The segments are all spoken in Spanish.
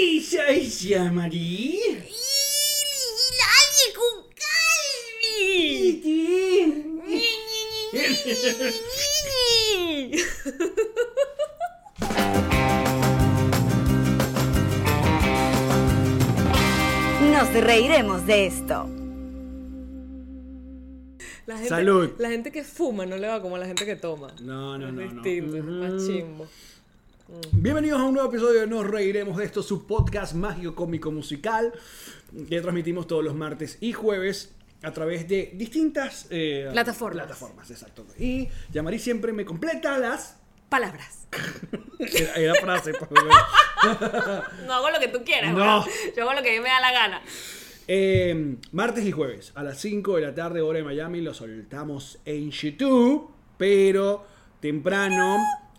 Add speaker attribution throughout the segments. Speaker 1: Ay, Marí.
Speaker 2: ¡Nadie con Calvi! Ñe, ñe, ñe, ñe, ñe, ñe.
Speaker 3: Nos reiremos de esto.
Speaker 4: La gente,
Speaker 1: Salud.
Speaker 4: La gente que fuma no le va como a la gente que toma.
Speaker 1: No, no, no,
Speaker 4: Es
Speaker 1: Ah, no.
Speaker 4: distinto, es más chimbo.
Speaker 1: Bienvenidos a un nuevo episodio de Nos Reiremos de esto, su podcast mágico cómico musical que transmitimos todos los martes y jueves a través de distintas eh,
Speaker 4: Plataformas.
Speaker 1: plataformas, exacto. Y Yamari siempre me completa las.
Speaker 4: Palabras.
Speaker 1: Era, era frase, pues, por favor.
Speaker 4: No hago lo que tú quieras.
Speaker 1: No.
Speaker 4: weón. Yo hago lo que a mí me da la gana.
Speaker 1: Eh, martes y jueves a las 5 de la tarde, hora de Miami, lo soltamos en YouTube, pero temprano,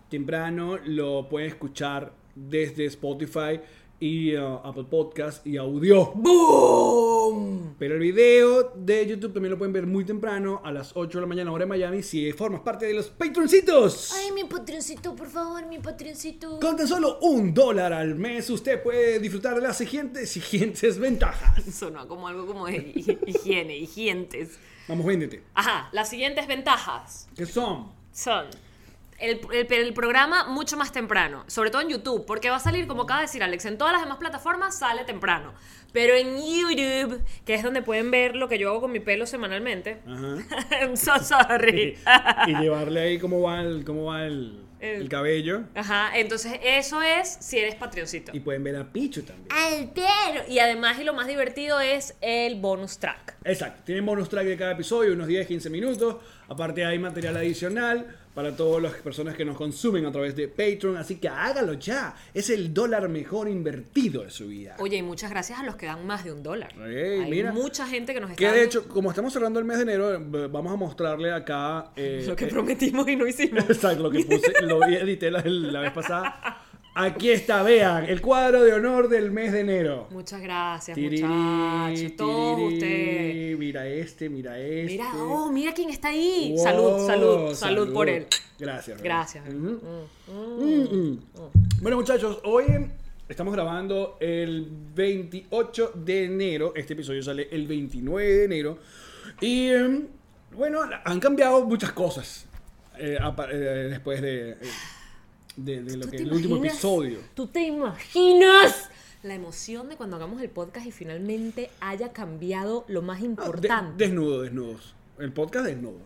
Speaker 1: temprano lo pueden escuchar desde Spotify y uh, Apple Podcast y audio.
Speaker 4: ¡Boom!
Speaker 1: Pero el video de YouTube también lo pueden ver muy temprano, a las 8 de la mañana, hora de Miami, si formas parte de los Patroncitos.
Speaker 2: Ay, mi patroncito, por favor, mi patroncito.
Speaker 1: Con tan solo un dólar al mes, usted puede disfrutar de las siguientes, siguientes ventajas.
Speaker 4: Sonó como algo como de hi- higiene, higientes.
Speaker 1: Vamos, véndete.
Speaker 4: Ajá, las siguientes ventajas
Speaker 1: ¿Qué son?
Speaker 4: son el, el- el programa mucho más temprano, sobre todo en YouTube, porque va a salir, como acaba de decir Alex, en todas las demás plataformas sale temprano. Pero en YouTube, que es donde pueden ver lo que yo hago con mi pelo semanalmente.
Speaker 1: Ajá.
Speaker 4: I'm so sorry.
Speaker 1: Ah. y llevarle ahí cómo va el, cómo va el,
Speaker 4: El-
Speaker 1: el cabello.
Speaker 4: Ajá, entonces eso es si eres patrioncito.
Speaker 1: Y pueden ver a Pichu también.
Speaker 2: Al perro.
Speaker 4: Y además, y lo más divertido es el bonus track.
Speaker 1: Exacto, tienen bonus track de cada episodio, unos 10-15 minutos. Aparte hay material adicional para todas las personas que nos consumen a través de Patreon, así que hágalo ya. Es el dólar mejor invertido de su vida.
Speaker 4: Oye, y muchas gracias a los que dan más de un dólar.
Speaker 1: Ey,
Speaker 4: Hay
Speaker 1: mira.
Speaker 4: mucha gente que nos está
Speaker 1: Que de
Speaker 4: dando
Speaker 1: hecho, como estamos cerrando el mes de enero, eh, vamos a mostrarle acá... eh,
Speaker 4: lo que
Speaker 1: eh,
Speaker 4: prometimos y no hicimos.
Speaker 1: Exacto, lo que puse, lo vi, edité la, la vez pasada. Aquí está, vean, el cuadro de honor del mes de enero.
Speaker 4: Muchas gracias,
Speaker 1: Tiriri,
Speaker 4: muchachos. Todos
Speaker 1: tiriri,
Speaker 4: ustedes.
Speaker 1: Mira este, mira este.
Speaker 4: Mira, oh, mira quién está ahí.
Speaker 1: Wow,
Speaker 4: salud, salud, salud por él.
Speaker 1: Gracias.
Speaker 4: Gracias.
Speaker 1: Ujú. Mm, mm. Bueno, muchachos, hoy estamos grabando el 28 de enero. Este episodio sale el 29 de enero. Y em, bueno, han cambiado muchas cosas eh, apa- eh, después de, eh, de- de lo
Speaker 4: ¿Tú
Speaker 1: que
Speaker 4: te
Speaker 1: el último
Speaker 4: imaginas?
Speaker 1: episodio.
Speaker 4: ¿Tú te imaginas? La emoción de cuando hagamos el podcast y finalmente haya cambiado lo más
Speaker 1: Ah, De-
Speaker 4: importante.
Speaker 1: desnudo, desnudos. El podcast desnudo.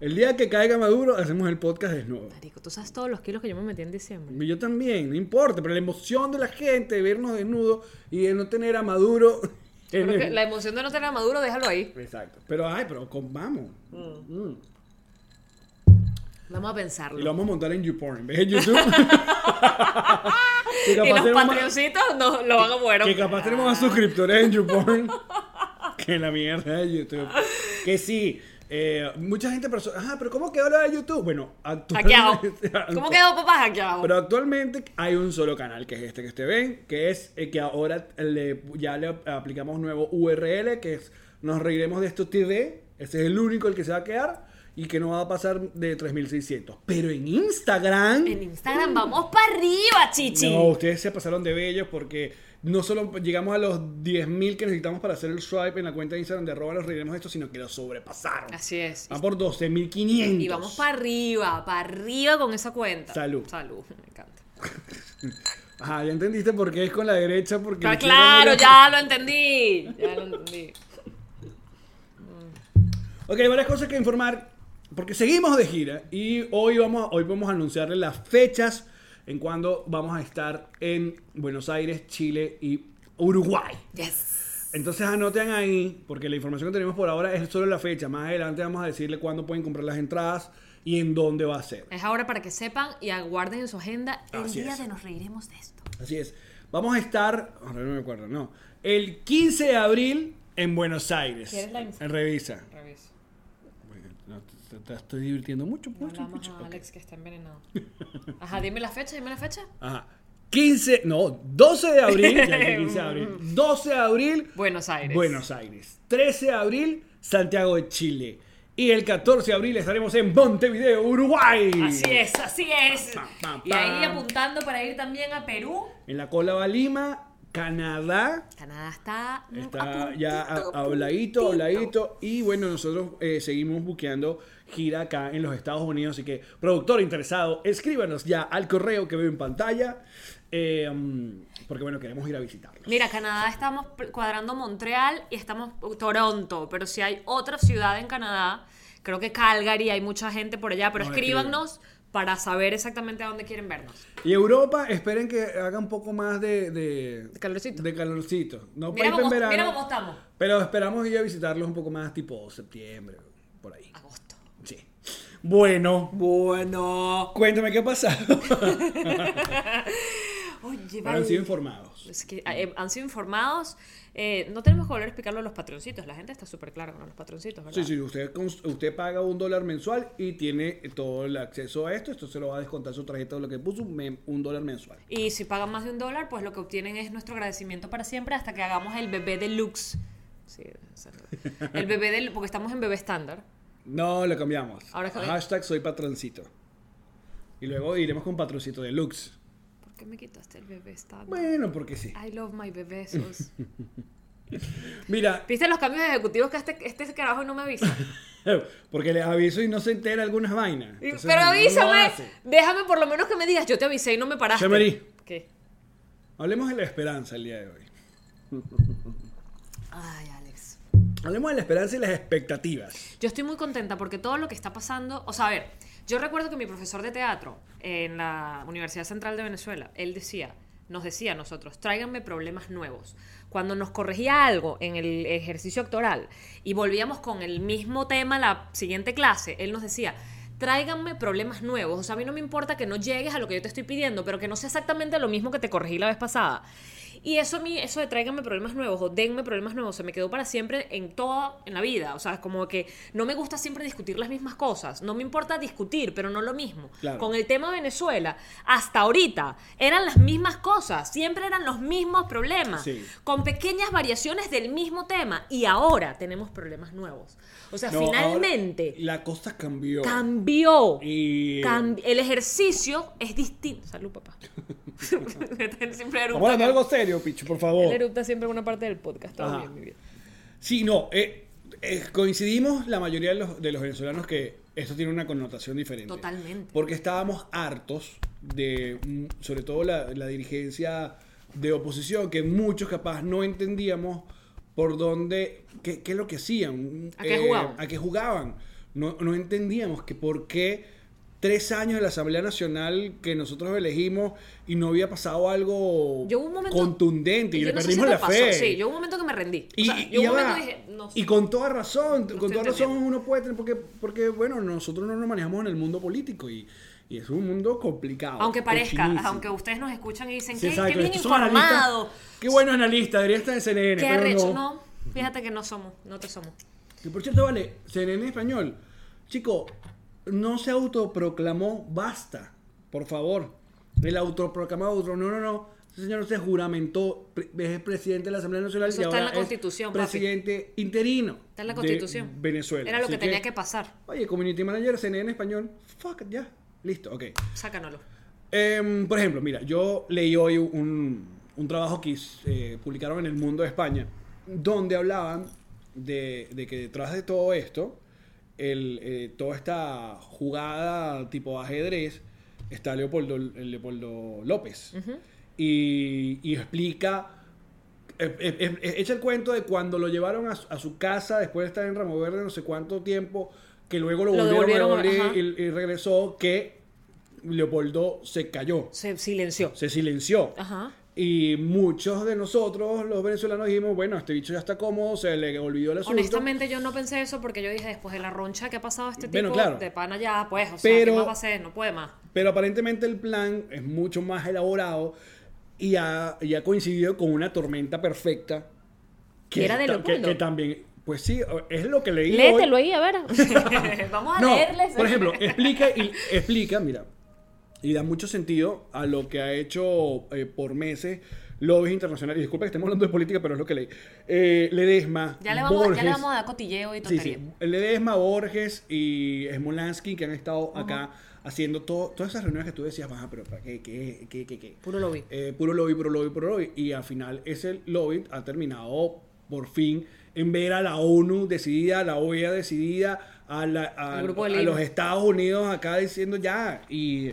Speaker 1: El día que caiga Maduro, hacemos el podcast desnudo.
Speaker 4: Marico, tú sabes todos los kilos que yo me metí en diciembre.
Speaker 1: Y Yo también, no importa, pero la emoción de la gente de vernos desnudos y de no tener a Maduro. en
Speaker 4: Creo que
Speaker 1: el-
Speaker 4: la emoción de no tener a Maduro, déjalo ahí.
Speaker 1: Exacto. Pero, ay, pero comamos. Mm.
Speaker 4: Vamos a
Speaker 1: Y
Speaker 4: pensarlo.
Speaker 1: lo vamos a montar en YouPorn. En vez de YouTube. que
Speaker 4: Y
Speaker 1: capaz,
Speaker 4: los
Speaker 1: tenemos más,
Speaker 4: patrioncitos no, lo van a mover.
Speaker 1: que capaz tenemos más suscriptores en YouPorn que la mierda de YouTube. Que sí. eh, mucha gente perso- ajá, pero ¿cómo quedó lo de YouTube? Bueno,
Speaker 4: Hackeado.
Speaker 1: actualmente.
Speaker 4: ¿Cómo quedó papá hackeado?
Speaker 1: Pero actualmente hay un solo canal, que es este que ustedes ven, que es eh, que ahora le- ya le aplicamos nuevo URL, que es nos reiremos de esto TV. Ese es el único el que se va a quedar y que no va a pasar de 3600. Pero en Instagram...
Speaker 4: En Instagram vamos para arriba, chichi.
Speaker 1: No, ustedes se pasaron de bellos porque no solo llegamos a los 10.000 que necesitamos para hacer el swipe en la cuenta de Instagram de arroba nos reiremos de esto, sino que lo sobrepasaron.
Speaker 4: Así es.
Speaker 1: Van por 12.500.
Speaker 4: Y vamos para arriba, para arriba con esa cuenta.
Speaker 1: Salud.
Speaker 4: Salud, me encanta.
Speaker 1: Ajá, ya entendiste por qué es con la derecha, porque...
Speaker 4: Pero
Speaker 1: la izquierda no
Speaker 4: claro,
Speaker 1: le-
Speaker 4: ya lo entendí. Ya lo entendí.
Speaker 1: Ok, varias cosas que informar, porque seguimos de gira y hoy vamos, hoy vamos a anunciarles las fechas en cuando vamos a estar en Buenos Aires, Chile y Uruguay.
Speaker 4: Yes.
Speaker 1: Entonces anoten ahí, porque la información que tenemos por ahora es solo la fecha. Más adelante vamos a decirle cuándo pueden comprar las entradas y en dónde va a ser.
Speaker 4: Es ahora para que sepan y aguarden en su agenda el
Speaker 1: Así
Speaker 4: día
Speaker 1: es.
Speaker 4: de nos reiremos de esto.
Speaker 1: Así es. Vamos a estar, ahora no me acuerdo, no, el 15 de abril en Buenos Aires.
Speaker 4: ¿Quieres la info?
Speaker 1: Revisa.
Speaker 4: Reviso.
Speaker 1: No, te, te estoy divirtiendo mucho, mucho,
Speaker 4: Hablamos
Speaker 1: mucho.
Speaker 4: a
Speaker 1: Ok.
Speaker 4: Alex que está envenenado. Ajá, dime la fecha, dime la fecha.
Speaker 1: Ajá. 15, no, 12 de abril, ya dije 15 de abril. 12 de abril,
Speaker 4: Buenos Aires.
Speaker 1: Buenos Aires. 13 de abril, Santiago de Chile. Y el 14 de abril estaremos en Montevideo, Uruguay.
Speaker 4: Así es, así es.
Speaker 1: Pa, pa, pa,
Speaker 4: Y ahí
Speaker 1: pa.
Speaker 4: apuntando para ir también a Perú.
Speaker 1: En la cola va Lima, Canadá.
Speaker 4: Canadá está. mm,
Speaker 1: Está ya a- habladito, habladito. Y bueno, nosotros eh, seguimos buqueando gira acá en los Estados Unidos. Así que, productor interesado, escríbanos ya al correo que veo en pantalla. eh, mm, porque bueno, queremos ir a visitarlos.
Speaker 4: Mira, Canadá estamos pl- cuadrando Montreal y estamos uh, Toronto, pero si hay otra ciudad en Canadá, creo que Calgary, hay mucha gente por allá, pero
Speaker 1: Nos
Speaker 4: escríbanos para saber exactamente a dónde quieren vernos.
Speaker 1: Y Europa, esperen que haga un poco más de, de,
Speaker 4: De calorcito.
Speaker 1: de calorcito. No
Speaker 4: Mira
Speaker 1: para ir en
Speaker 4: cómo,
Speaker 1: verano,
Speaker 4: mira cómo estamos.
Speaker 1: Pero esperamos ir a visitarlos un poco más tipo septiembre, por ahí.
Speaker 4: Agosto.
Speaker 1: Sí. Bueno,
Speaker 4: Bueno.
Speaker 1: cuéntame qué ha pasado.
Speaker 4: Oye,
Speaker 1: Pero han
Speaker 4: vale.
Speaker 1: sido informados.
Speaker 4: Es que, eh, han sido informados. Eh, no tenemos que volver a explicarlo a los patroncitos. La gente está súper clara con los patroncitos, ¿verdad?
Speaker 1: Sí, sí, usted, cons- usted paga un dólar mensual y tiene todo el acceso a esto. Esto se lo va a descontar su tarjeta de lo que puso, un, mem- un dólar mensual.
Speaker 4: Y si pagan más de un dólar, pues lo que obtienen es nuestro agradecimiento para siempre hasta que hagamos el bebé deluxe. Sí, exacto. El bebé del. Porque estamos en bebé estándar.
Speaker 1: No, lo cambiamos.
Speaker 4: Ahora que-
Speaker 1: Hashtag soy patroncito. Y luego iremos con patroncito deluxe.
Speaker 4: ¿Por qué me quitaste el bebé estándar?
Speaker 1: Bueno, porque sí.
Speaker 4: I love my bebesos.
Speaker 1: Mira,
Speaker 4: ¿Viste los cambios de ejecutivos que este, este carajo no me avisa?
Speaker 1: porque les aviso y no se entera algunas vainas.
Speaker 4: Y-
Speaker 1: Entonces,
Speaker 4: Pero
Speaker 1: no lo
Speaker 4: avísame.
Speaker 1: hace.
Speaker 4: déjame por lo menos que me digas. Yo te avisé y no me paraste.
Speaker 1: Chamari.
Speaker 4: ¿Qué?
Speaker 1: Hablemos de la esperanza el día de hoy.
Speaker 4: Ay, Alex.
Speaker 1: Hablemos de la esperanza y las expectativas.
Speaker 4: Yo estoy muy contenta porque todo lo que está pasando, o sea, a ver, yo recuerdo que mi profesor de teatro en la Universidad Central de Venezuela, él decía, nos decía a nosotros, tráiganme problemas nuevos. Cuando nos corregía algo en el ejercicio actoral y volvíamos con el mismo tema a la siguiente clase, él nos decía, tráiganme problemas nuevos. O sea, a mí no me importa que no llegues a lo que yo te estoy pidiendo, pero que no sea exactamente lo mismo que te corregí la vez pasada. Y eso a mí, eso de tráiganme problemas nuevos o denme problemas nuevos, se me quedó para siempre en toda, en la vida. O sea, es como que no me gusta siempre discutir las mismas cosas. No me importa discutir, pero no lo mismo.
Speaker 1: Claro.
Speaker 4: Con el tema Venezuela, hasta ahorita, eran las mismas cosas. Siempre eran los mismos problemas.
Speaker 1: Sí.
Speaker 4: Con pequeñas variaciones del mismo tema. Y ahora tenemos problemas nuevos. O sea,
Speaker 1: No, ahora
Speaker 4: finalmente
Speaker 1: la cosa cambió.
Speaker 4: cambió.
Speaker 1: Y-
Speaker 4: Cam- el ejercicio es distinto. Salud, papá. siempre
Speaker 1: Vamos a
Speaker 4: erupta.
Speaker 1: hablar de algo serio, Pichu, por favor.
Speaker 4: Él erupta siempre en una parte del podcast. Todo
Speaker 1: Ajá.
Speaker 4: bien, mi vida.
Speaker 1: Sí, no, eh, eh, coincidimos la mayoría de los, de los venezolanos que esto tiene una connotación diferente.
Speaker 4: Totalmente.
Speaker 1: Porque estábamos hartos de, mm, sobre todo la, la dirigencia de oposición, que muchos capaz no entendíamos por dónde, qué, qué es lo que hacían. mm, eh,
Speaker 4: ¿A qué jugaban?
Speaker 1: a qué jugaban. No, no entendíamos que por qué tres años de la Asamblea Nacional que nosotros elegimos y no había pasado algo
Speaker 4: Yo hubo un momento.
Speaker 1: contundente y
Speaker 4: yo
Speaker 1: le
Speaker 4: no sé si
Speaker 1: perdimos
Speaker 4: te
Speaker 1: la
Speaker 4: pasó,
Speaker 1: fe.
Speaker 4: Sí, yo hubo un momento que me rendí.
Speaker 1: Y,
Speaker 4: o sea,
Speaker 1: y-
Speaker 4: yo
Speaker 1: y
Speaker 4: hubo un
Speaker 1: ya
Speaker 4: momento
Speaker 1: va.
Speaker 4: que dije, no
Speaker 1: Y con toda razón, con
Speaker 4: estoy
Speaker 1: toda razón
Speaker 4: entendiendo.
Speaker 1: uno puede tener, porque, porque bueno, nosotros no nos manejamos en el mundo político y, y es un mundo complicado.
Speaker 4: aunque parezca,
Speaker 1: cochinísimo.
Speaker 4: aunque ustedes nos escuchan y dicen,
Speaker 1: Sí,
Speaker 4: que
Speaker 1: exacto,
Speaker 4: qué bien
Speaker 1: estos son analistas.
Speaker 4: informado.
Speaker 1: Qué bueno analista, debería estar en CNN.
Speaker 4: Qué
Speaker 1: pero
Speaker 4: arrecho.
Speaker 1: no.
Speaker 4: No, fíjate que no somos, no te somos.
Speaker 1: Que por cierto, vale, CNN español. Chico, no se autoproclamó, basta, por favor. El autoproclamado, otro, no, no, no. Ese señor se juramentó, pre- es presidente de la Asamblea Nacional
Speaker 4: Eso
Speaker 1: y
Speaker 4: está
Speaker 1: ahora
Speaker 4: en la
Speaker 1: es
Speaker 4: Constitución, papi.
Speaker 1: presidente interino.
Speaker 4: Está en la
Speaker 1: de
Speaker 4: Constitución.
Speaker 1: Venezuela.
Speaker 4: Era lo
Speaker 1: Así
Speaker 4: que tenía que pasar.
Speaker 1: Oye, Community Manager, CNN español. Fuck, it, ya. Listo, ok.
Speaker 4: Sácanolo.
Speaker 1: Em, por ejemplo, mira, yo leí hoy un, un trabajo que eh, publicaron en El Mundo de España, donde hablaban de, de que detrás de todo esto, el, eh, toda esta jugada tipo ajedrez, está Leopoldo, Leopoldo López. y, y explica eh, eh, eh, echa el cuento de cuando lo llevaron a su, a su casa después de estar en Ramo Verde no sé cuánto tiempo, que luego lo
Speaker 4: Lo
Speaker 1: volvieron,
Speaker 4: devolvieron,
Speaker 1: a devolver
Speaker 4: ajá.
Speaker 1: y, y regresó, que Leopoldo se cayó,
Speaker 4: Se silenció.
Speaker 1: se silenció.
Speaker 4: Ajá.
Speaker 1: Y muchos de nosotros, los venezolanos, dijimos, bueno, este bicho ya está cómodo, se le olvidó el asunto.
Speaker 4: Honestamente yo no pensé eso porque yo dije después de la roncha que ha pasado este tipo
Speaker 1: Bueno, claro.
Speaker 4: de pana ya, pues, o sea,
Speaker 1: Pero-
Speaker 4: ¿qué más va a hacer? No puede más.
Speaker 1: Pero aparentemente el plan es mucho más elaborado y ha, y ha coincidido con una tormenta perfecta.
Speaker 4: Que era de
Speaker 1: ta- que,
Speaker 4: Leopoldo.
Speaker 1: que también, pues sí, es lo que leí. hoy.
Speaker 4: Léetelo ahí, a ver. Vamos a
Speaker 1: No,
Speaker 4: leerles.
Speaker 1: Por ejemplo, explica, y, explica, mira, y da mucho sentido a lo que ha hecho eh, por meses lobbies internacionales. Y disculpa que estemos hablando de política, pero es lo que leí. Eh, Ledesma,
Speaker 4: Ya le, vamos,
Speaker 1: Borges,
Speaker 4: ya le vamos a dar cotilleo y
Speaker 1: Sí,
Speaker 4: tontería.
Speaker 1: sí. Ledesma, Borges y Smolansky que han estado acá haciendo todo, todas esas reuniones que tú decías, baja, pero ¿para qué? ¿Qué? ¿Qué? ¿Qué? qué?
Speaker 4: Puro lobby.
Speaker 1: Eh, puro lobby, puro lobby, puro lobby. Y al final ese lobby ha terminado por fin en ver a la ONU decidida, a la OEA decidida, a, la- a-
Speaker 4: Al Grupo de
Speaker 1: a
Speaker 4: Lima.
Speaker 1: los Estados Unidos acá diciendo ya. Y,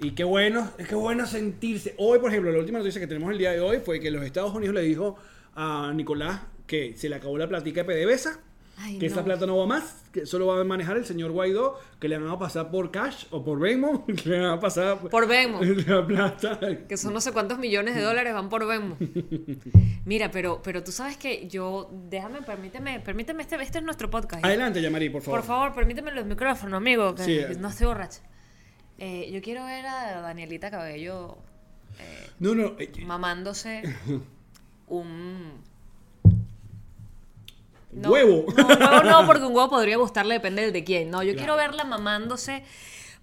Speaker 1: y qué bueno, es que bueno sentirse. Hoy, por ejemplo, la última noticia que tenemos el día de hoy fue que los Estados Unidos le dijo a Nicolás que se le acabó la platica de PDVSA.
Speaker 4: Ay,
Speaker 1: que esa
Speaker 4: no.
Speaker 1: plata no va más, que solo va a manejar el señor Guaidó, que le van a pasar por cash o por Venmo, que le van a pasar
Speaker 4: Por Venmo.
Speaker 1: la plata.
Speaker 4: Que son no sé cuántos millones de dólares van por Venmo. Mira, pero, pero tú sabes que yo, déjame, permíteme, permíteme, este, este es nuestro podcast. ¿eh?
Speaker 1: Adelante, Yamari, por favor.
Speaker 4: Por favor, permíteme los micrófonos, amigo, que
Speaker 1: Sí, eh.
Speaker 4: no estoy borracha. Eh, yo quiero ver a Danielita Cabello
Speaker 1: No, no. eh,
Speaker 4: mamándose un... No,
Speaker 1: Huevo.
Speaker 4: No, un huevo no, porque un huevo podría gustarle, depende de quién. No, yo quiero verla mamándose.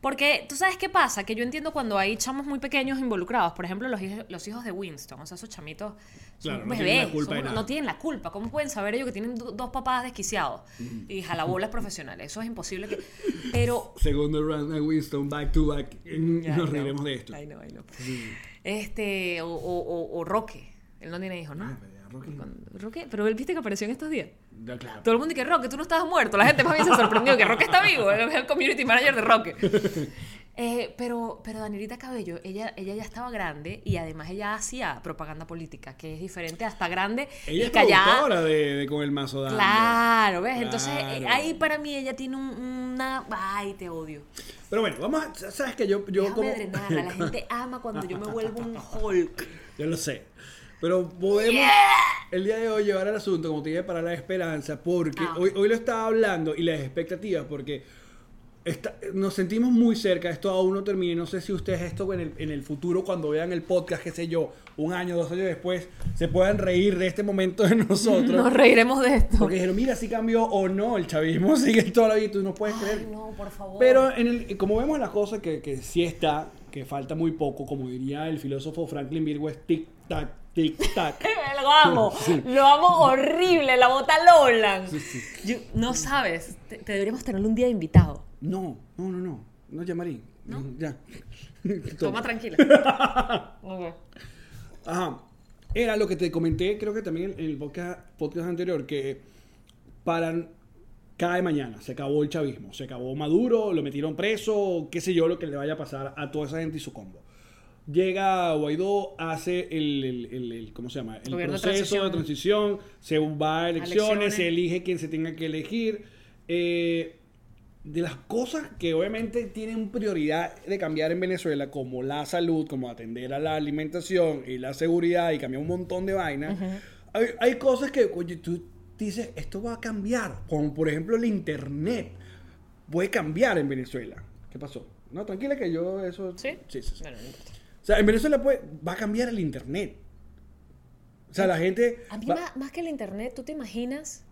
Speaker 4: Porque, ¿tú sabes qué pasa? Que yo entiendo cuando hay chamos muy pequeños involucrados. Por ejemplo, los, hij- los hijos de Winston. O sea, esos chamitos son
Speaker 1: Claro, no
Speaker 4: bebés.
Speaker 1: tienen la culpa
Speaker 4: son-
Speaker 1: de nada.
Speaker 4: No tienen la culpa. ¿Cómo pueden saber ellos que tienen do- dos papás desquiciados?
Speaker 1: Mm.
Speaker 4: Y jalabolas profesionales. Eso es imposible que... Pero
Speaker 1: Segundo round a Winston, back to back. Mm,
Speaker 4: ya,
Speaker 1: Nos
Speaker 4: no.
Speaker 1: reiremos de esto.
Speaker 4: Ay, no, ay, no. Este, o, o, o- o Roque. Él no tiene hijos, ¿no?
Speaker 1: Ah, pero ya, Rocky.
Speaker 4: Con- Roque, pero él viste que apareció en estos días.
Speaker 1: Ya, claro.
Speaker 4: Todo el mundo dice, Roque, tú no estabas muerto. La gente más bien se sorprendió que Roque está vivo. Él es el community manager de Roque. Eh, pero, pero Danielita Cabello, ella, ella ya estaba grande y además ella hacía propaganda política, que es diferente hasta grande
Speaker 1: Ella
Speaker 4: y
Speaker 1: es
Speaker 4: callada.
Speaker 1: productora de, de Con el Mazo Dando.
Speaker 4: Claro, ¿ves? Entonces eh,
Speaker 1: Claro.
Speaker 4: ahí para mí ella tiene un- una... Ay, te odio.
Speaker 1: Pero bueno, vamos a. ¿Sabes que Yo, yo
Speaker 4: Déjame
Speaker 1: como.
Speaker 4: drenarla. La gente ama cuando yo me vuelvo un Hulk.
Speaker 1: Yo lo sé. Pero podemos el día de hoy llevar al asunto, como te dije, para la esperanza, porque
Speaker 4: Ah.
Speaker 1: hoy, hoy lo estaba hablando y las expectativas, porque está- nos sentimos muy cerca, esto aún no termina, y no sé si ustedes esto en el, en el futuro, cuando vean el podcast, qué sé yo, un año, dos años después, se puedan reír de este momento de nosotros.
Speaker 4: Nos reiremos de esto.
Speaker 1: Porque dijeron, mira, si cambió o no, el chavismo sigue todavía y tú no puedes creer.
Speaker 4: no, por favor.
Speaker 1: Pero en el, como vemos las cosas que, que sí está, que falta muy poco, como diría el filósofo Franklin Virgo, es tic-tac, tic-tac.
Speaker 4: Lo amo,
Speaker 1: Sí.
Speaker 4: lo amo horrible, la bota Lolan. Yo- no sabes, te, te deberíamos tener un día de invitado.
Speaker 1: No, no, no, no, no llamarín. No. Ya.
Speaker 4: Toma tranquila. Ok.
Speaker 1: Ajá. Era lo que te comenté, creo que también en el podcast, podcast anterior, que paran cae mañana, se acabó el chavismo, se acabó Maduro, lo metieron preso, qué sé yo, lo que le vaya a pasar a toda esa gente y su combo. Llega Guaidó, hace el, el- el- el- ¿cómo se llama? El
Speaker 4: Gobierno de
Speaker 1: proceso de transición, se va a elecciones,
Speaker 4: Elecciones.
Speaker 1: se elige quien se tenga que elegir. Eh, de las cosas que obviamente tienen prioridad de cambiar en Venezuela, como la salud, como atender a la alimentación y la seguridad y cambiar un montón de vainas, hay, hay cosas que oye, tú dices, esto va a cambiar, como por ejemplo el Internet, puede cambiar en Venezuela. ¿Qué pasó? No, tranquila que yo eso...
Speaker 4: ¿Sí?
Speaker 1: Sí, sí, sí.
Speaker 4: Bueno, no importa.
Speaker 1: O sea, en Venezuela puede, va a cambiar el Internet. O sea, la gente...
Speaker 4: A mí
Speaker 1: va-
Speaker 4: más, más que el internet, ¿tú te imaginas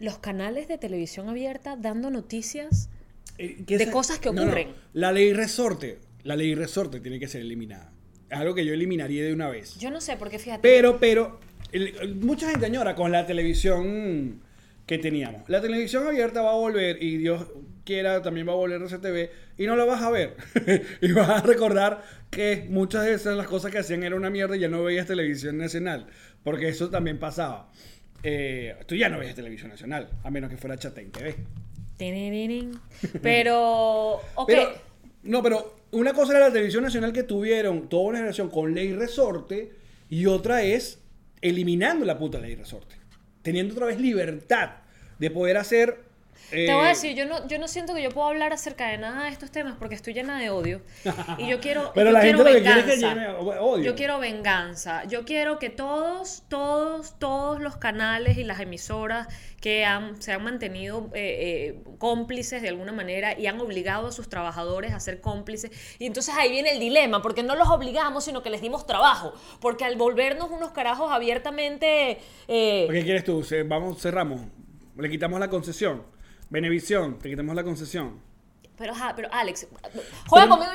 Speaker 4: los canales de televisión abierta dando noticias?
Speaker 1: Eh, que
Speaker 4: de
Speaker 1: esa-
Speaker 4: cosas que ocurren.
Speaker 1: La ley resorte, la ley resorte tiene que ser eliminada. Es algo que yo eliminaría de una vez.
Speaker 4: Yo no sé, porque fíjate.
Speaker 1: Pero, pero, el- el- mucha gente añora con la televisión que teníamos. La televisión abierta va a volver y Dios quiera también va a volver RCTV y no la vas a ver. y vas a recordar que muchas de esas las cosas que hacían era una mierda y ya no veías televisión nacional. Porque eso también pasaba. Eh, tú ya no veías televisión nacional, a menos que fuera Chatén TV.
Speaker 4: Tenenenen. Pero, ok.
Speaker 1: Pero, no, pero una cosa era la televisión nacional que tuvieron toda una generación con ley resorte y otra es eliminando la puta ley resorte. Teniendo otra vez libertad de poder hacer...
Speaker 4: Te voy
Speaker 1: eh,
Speaker 4: a decir, yo no, yo no siento que yo puedo hablar acerca de nada de estos temas porque estoy llena de odio. Y yo quiero.
Speaker 1: Pero
Speaker 4: yo
Speaker 1: la
Speaker 4: quiero
Speaker 1: gente lo que quiere es que
Speaker 4: venganza.
Speaker 1: llene o- odio.
Speaker 4: Yo quiero venganza. Yo quiero que todos, todos, todos los canales y las emisoras que han, se han mantenido eh, eh, cómplices de alguna manera y han obligado a sus trabajadores a ser cómplices. Y entonces ahí viene el dilema, porque no los obligamos, sino que les dimos trabajo. Porque al volvernos unos carajos abiertamente. eh,
Speaker 1: ¿Qué quieres tú? Se- Vamos, cerramos. Le quitamos la concesión. Benevisión, te quitamos la concesión.
Speaker 4: Pero, ajá, pero Alex, juega conmigo.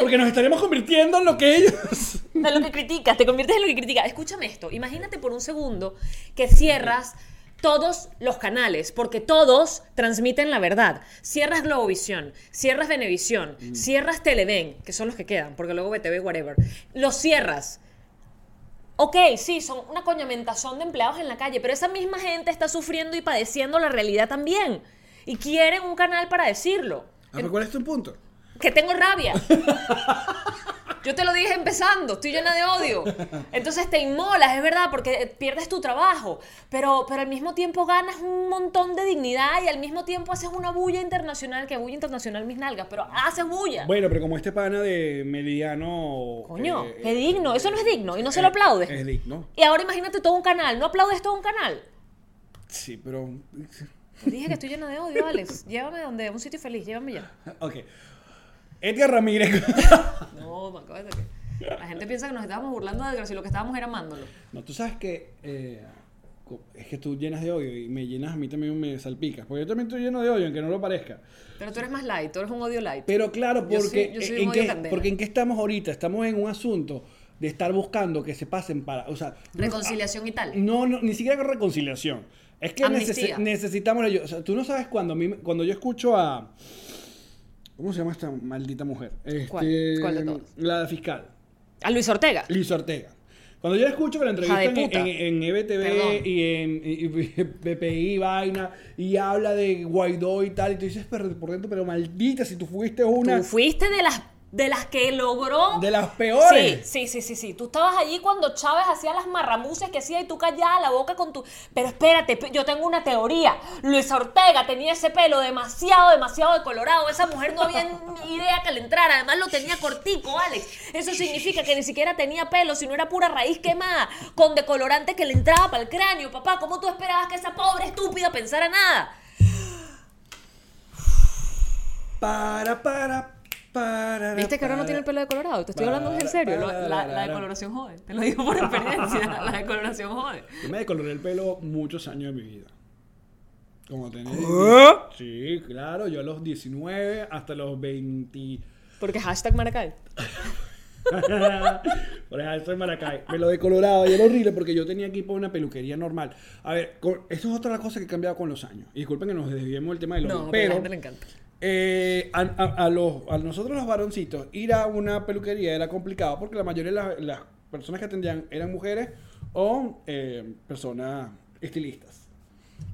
Speaker 1: Porque nos estaremos convirtiendo en lo que ellos.
Speaker 4: De lo que criticas, te conviertes en lo que criticas. Escúchame esto, imagínate por un segundo que cierras todos los canales, porque todos transmiten la verdad. Cierras Globovisión, cierras Venevisión, cierras Televen, que son los que quedan, porque luego BTV, whatever. Los cierras. Ok, sí, son una coñamentazón de empleados en la calle, pero esa misma gente está sufriendo y padeciendo la realidad también. Y quieren un canal para decirlo.
Speaker 1: Ah, pero ¿cuál es tu punto?
Speaker 4: Que tengo rabia. Yo te lo dije empezando, estoy llena de odio. Entonces te inmolas, es verdad, porque pierdes tu trabajo, pero, pero al mismo tiempo ganas un montón de dignidad y al mismo tiempo haces una bulla internacional, que bulla internacional mis nalgas, pero haces bulla.
Speaker 1: Bueno, pero como este pana de Meridiano.
Speaker 4: Coño,
Speaker 1: eh,
Speaker 4: qué
Speaker 1: eh,
Speaker 4: digno, eso no es digno y no se lo aplaudes.
Speaker 1: Es digno.
Speaker 4: Y ahora imagínate todo un canal, ¿no aplaudes todo un canal?
Speaker 1: Sí, pero.
Speaker 4: Te dije que estoy llena de odio, Alex. Llévame donde, a un sitio feliz, llévame ya.
Speaker 1: Ok. Edgar Ramírez.
Speaker 4: No, me acabas de que... La gente piensa que nos estábamos burlando de Edgar y lo que estábamos era amándolo.
Speaker 1: No, tú sabes que eh, co- es que tú llenas de odio y me llenas a mí también me salpicas. Porque yo también estoy lleno de odio, aunque no lo parezca.
Speaker 4: Pero tú eres más light, tú eres un odio light.
Speaker 1: Pero claro,
Speaker 4: Yo
Speaker 1: porque,
Speaker 4: soy- yo soy
Speaker 1: en
Speaker 4: un odio
Speaker 1: qué,
Speaker 4: candela.
Speaker 1: porque en qué estamos ahorita, estamos en un asunto de estar buscando que se pasen para, o sea, no-
Speaker 4: Reconciliación y tal.
Speaker 1: No, no, ni siquiera con reconciliación. Es que
Speaker 4: Amnistía.
Speaker 1: necesi- necesitamos ello. O sea, tú no sabes cuando a mí me- cuando yo escucho a ¿Cómo se llama esta maldita mujer?
Speaker 4: ¿Cuál?
Speaker 1: Este,
Speaker 4: ¿Cuál de todas?
Speaker 1: La fiscal.
Speaker 4: A Luis Ortega.
Speaker 1: Liz Ortega. Cuando yo la escucho que la
Speaker 4: Hija
Speaker 1: entrevistan
Speaker 4: de
Speaker 1: en,
Speaker 4: puta.
Speaker 1: en- E en EBTV
Speaker 4: Perdón.
Speaker 1: y en y- y- PPI, vaina, y habla de Guaidó y tal, y tú dices, pero por dentro, pero maldita, si tú fuiste una
Speaker 4: Tú fuiste de las, de las que logró.
Speaker 1: de las peores.
Speaker 4: Sí, sí, sí, sí, sí. Tú estabas allí cuando Chávez hacía las marramucias que hacía y tú callabas la boca con tu. Pero espérate, pe- yo tengo una teoría. Luis Ortega tenía ese pelo demasiado, demasiado decolorado. Esa mujer no había ni idea que le entrara. Además lo tenía cortico, Alex. Eso significa que ni siquiera tenía pelo, sino era pura raíz quemada, con decolorante que le entraba para el cráneo. Papá, ¿cómo tú esperabas que esa pobre estúpida pensara nada?
Speaker 1: Para, para, para.
Speaker 4: ¿Viste que ahora no
Speaker 1: para.
Speaker 4: tiene el pelo de colorado? Te estoy hablando en
Speaker 1: Para,
Speaker 4: serio. Lo-
Speaker 1: para,
Speaker 4: La, la
Speaker 1: para.
Speaker 4: decoloración jode. Te lo digo por experiencia. La decoloración jode.
Speaker 1: Yo me decoloré el pelo muchos años de mi vida. Como tenés. Sí, claro, yo a los 19 hasta los 20.
Speaker 4: Porque hashtag Maracay.
Speaker 1: Por ejemplo, soy Maracay. Me lo decoloraba y era horrible porque yo tenía que ir por una peluquería normal. A ver, con- esto es otra cosa que he cambiado con los años. Y Disculpen que nos desviemos del tema de los
Speaker 4: No, pero
Speaker 1: pero
Speaker 4: a la gente le encanta.
Speaker 1: eh, a, a- a los, a nosotros los varoncitos, ir a una peluquería era complicado porque la mayoría de las, las personas que atendían eran mujeres o eh, personas estilistas.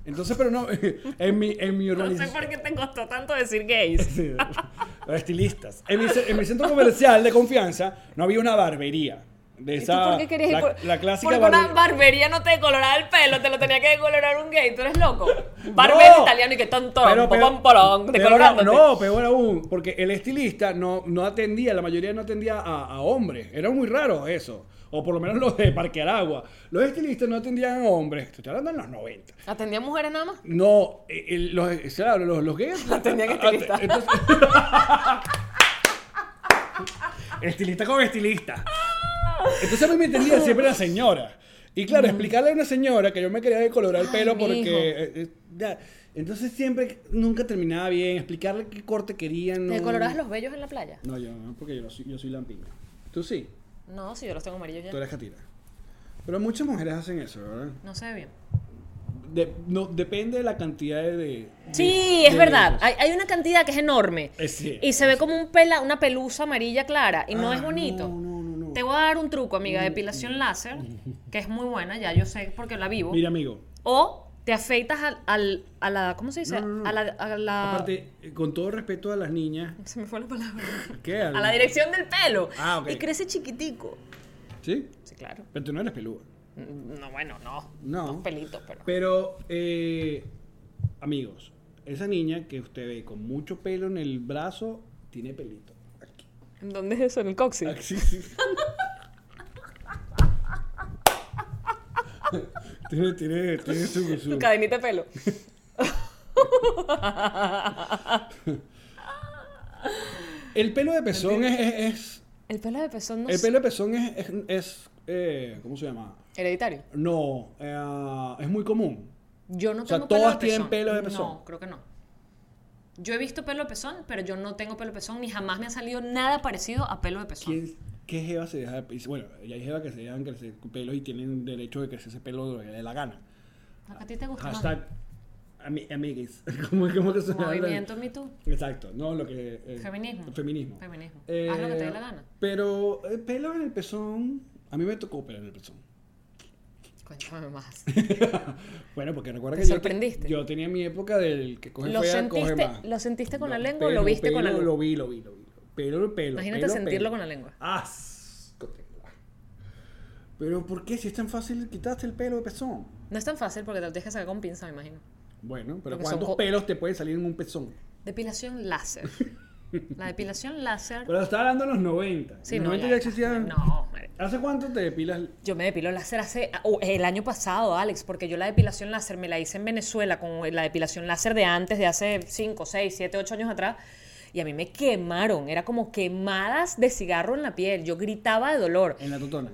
Speaker 1: Entonces, pero no, en mi, en mi
Speaker 4: No sé
Speaker 1: urbanización.
Speaker 4: por qué te costó tanto decir gays.
Speaker 1: Sí, los estilistas. En mi, ce- en mi centro comercial de confianza no había una barbería. De
Speaker 4: ¿Y tú
Speaker 1: esa,
Speaker 4: por qué querías
Speaker 1: la,
Speaker 4: ir por-
Speaker 1: la clásica
Speaker 4: Porque
Speaker 1: barbería.
Speaker 4: una barbería no te decoloraba el pelo, te lo tenía que decolorar un gay. Tú eres loco. Barbero
Speaker 1: No.
Speaker 4: italiano y que tonto,
Speaker 1: Pero peor-
Speaker 4: pom, porón,
Speaker 1: peor aún-
Speaker 4: decolorándote.
Speaker 1: No, peor aún, porque el estilista no, no atendía, la mayoría no atendía a, a hombres. Era muy raro eso. O por lo menos los de Parque Aragua. Los estilistas no atendían a hombres. Te estoy hablando en los 90.
Speaker 4: ¿Atendía mujeres nada más?
Speaker 1: No, eh, eh, los, claro, los, los gays. Ah,
Speaker 4: Atendían estilistas.
Speaker 1: Entonces- estilista con estilista. Entonces a mí me entendía siempre la señora. Y claro, explicarle a una señora que yo me quería decolorar el
Speaker 4: Ay,
Speaker 1: pelo
Speaker 4: mijo.
Speaker 1: porque. eh, eh, ya. Entonces siempre, nunca terminaba bien. Explicarle qué corte querían.
Speaker 4: ¿Te
Speaker 1: no-
Speaker 4: decolorabas los vellos en la playa?
Speaker 1: No, yo no, porque yo, no soy, yo soy lampiño. Tú sí,
Speaker 4: No, si yo los tengo amarillos
Speaker 1: tú
Speaker 4: ya.
Speaker 1: eres catira. Pero muchas mujeres hacen eso, ¿verdad?
Speaker 4: No se ve bien.
Speaker 1: De- no, depende de la cantidad de. de-
Speaker 4: Sí,
Speaker 1: de-
Speaker 4: es
Speaker 1: de
Speaker 4: verdad.
Speaker 1: vellos.
Speaker 4: Hay, hay una cantidad que es enorme.
Speaker 1: Eh, sí.
Speaker 4: Y se ve como un pela, una pelusa amarilla clara. Y no
Speaker 1: Ah,
Speaker 4: es bonito.
Speaker 1: no, no, no, Mm. no.
Speaker 4: Te voy a dar un truco, amiga. Depilación láser, que es muy buena, ya yo sé porque la vivo.
Speaker 1: Mira, amigo.
Speaker 4: O te afeitas al, al- a la. ¿Cómo se dice?
Speaker 1: No, no, no.
Speaker 4: A la. a la-
Speaker 1: Aparte, eh, con todo respeto a las niñas,
Speaker 4: Se me fue la palabra.
Speaker 1: ¿qué?
Speaker 4: A la dirección del pelo.
Speaker 1: Ah, ok.
Speaker 4: Y crece chiquitico.
Speaker 1: ¿Sí?
Speaker 4: Sí, claro. Mm,
Speaker 1: Pero tú no eres peluda.
Speaker 4: No, bueno, no.
Speaker 1: No.
Speaker 4: Unos pelitos, pero.
Speaker 1: Pero, eh, amigos, esa niña que usted ve con mucho pelo en el brazo, tiene pelito. Aquí.
Speaker 4: ¿En ¿Dónde es eso? En el coxis.
Speaker 1: Aquí, sí. tiene, tiene, tiene su,
Speaker 4: Tu
Speaker 1: su-
Speaker 4: cadenita de pelo.
Speaker 1: El pelo de pezón es... es- es-
Speaker 4: El pelo de pezón no
Speaker 1: el
Speaker 4: es
Speaker 1: pelo de pezón es... es, es, eh, ¿Cómo se llama?
Speaker 4: hereditario.
Speaker 1: No, eh, es muy común.
Speaker 4: Yo no
Speaker 1: O sea,
Speaker 4: tengo pelo de
Speaker 1: todas tienen
Speaker 4: pezón.
Speaker 1: pelo de pezón.
Speaker 4: No, creo que no. Yo he visto pelo de pezón, pero yo no tengo pelo de pezón ni jamás me ha salido nada parecido a pelo de pezón.
Speaker 1: ¿Quién, ¿Qué jeva se deja de pelo? Bueno, ya hay jeva que se dejan crecer pelos y tienen derecho de crecerse pelo de la gana.
Speaker 4: ¿A ti te gusta más?
Speaker 1: Hashtag ami- amigues. ¿Cómo, cómo que se llama?
Speaker 4: Movimiento Me Too.
Speaker 1: Exacto, no lo que. eh,
Speaker 4: Feminismo.
Speaker 1: Feminismo. Eh,
Speaker 4: Feminismo. Haz lo que te dé la gana.
Speaker 1: Pero eh, pelo en el pezón. A mí me tocó pelo en el pezón.
Speaker 4: Cuéntame más.
Speaker 1: bueno, porque recuerda
Speaker 4: Te
Speaker 1: que yo te-
Speaker 4: sorprendiste.
Speaker 1: Yo, tenía mi época del que coge
Speaker 4: ¿Lo
Speaker 1: fea, coge
Speaker 4: sentiste,
Speaker 1: más.
Speaker 4: ¿Lo sentiste con la
Speaker 1: No,
Speaker 4: lengua o
Speaker 1: pelo,
Speaker 4: lo viste con la
Speaker 1: pelo,
Speaker 4: lengua?
Speaker 1: Lo vi, lo vi, lo vi. Pelo, pelo.
Speaker 4: Imagínate
Speaker 1: pelo,
Speaker 4: sentirlo
Speaker 1: pelo.
Speaker 4: con la lengua.
Speaker 1: Asco tengo. Pero ¿por qué? Si es tan fácil quitaste el pelo de pezón.
Speaker 4: No es tan fácil porque te lo tienes que sacar con pinza, me imagino.
Speaker 1: Bueno, pero
Speaker 4: Porque son
Speaker 1: ¿cuántos
Speaker 4: co-
Speaker 1: pelos te pueden salir en un pezón?
Speaker 4: Depilación láser. La depilación láser.
Speaker 1: Pero estaba hablando en los 90.
Speaker 4: Sí,
Speaker 1: en
Speaker 4: no,
Speaker 1: los 90
Speaker 4: ya,
Speaker 1: ya, existían.
Speaker 4: No, madre.
Speaker 1: ¿Hace cuánto te depilas?
Speaker 4: Yo me depilo láser hace oh, el año pasado, Alex, porque yo la depilación láser me la hice en Venezuela con la depilación láser de antes, de hace 5, 6, 7, 8 años atrás, y a mí me quemaron, era como quemadas de cigarro en la piel, yo gritaba de dolor,
Speaker 1: En la totona.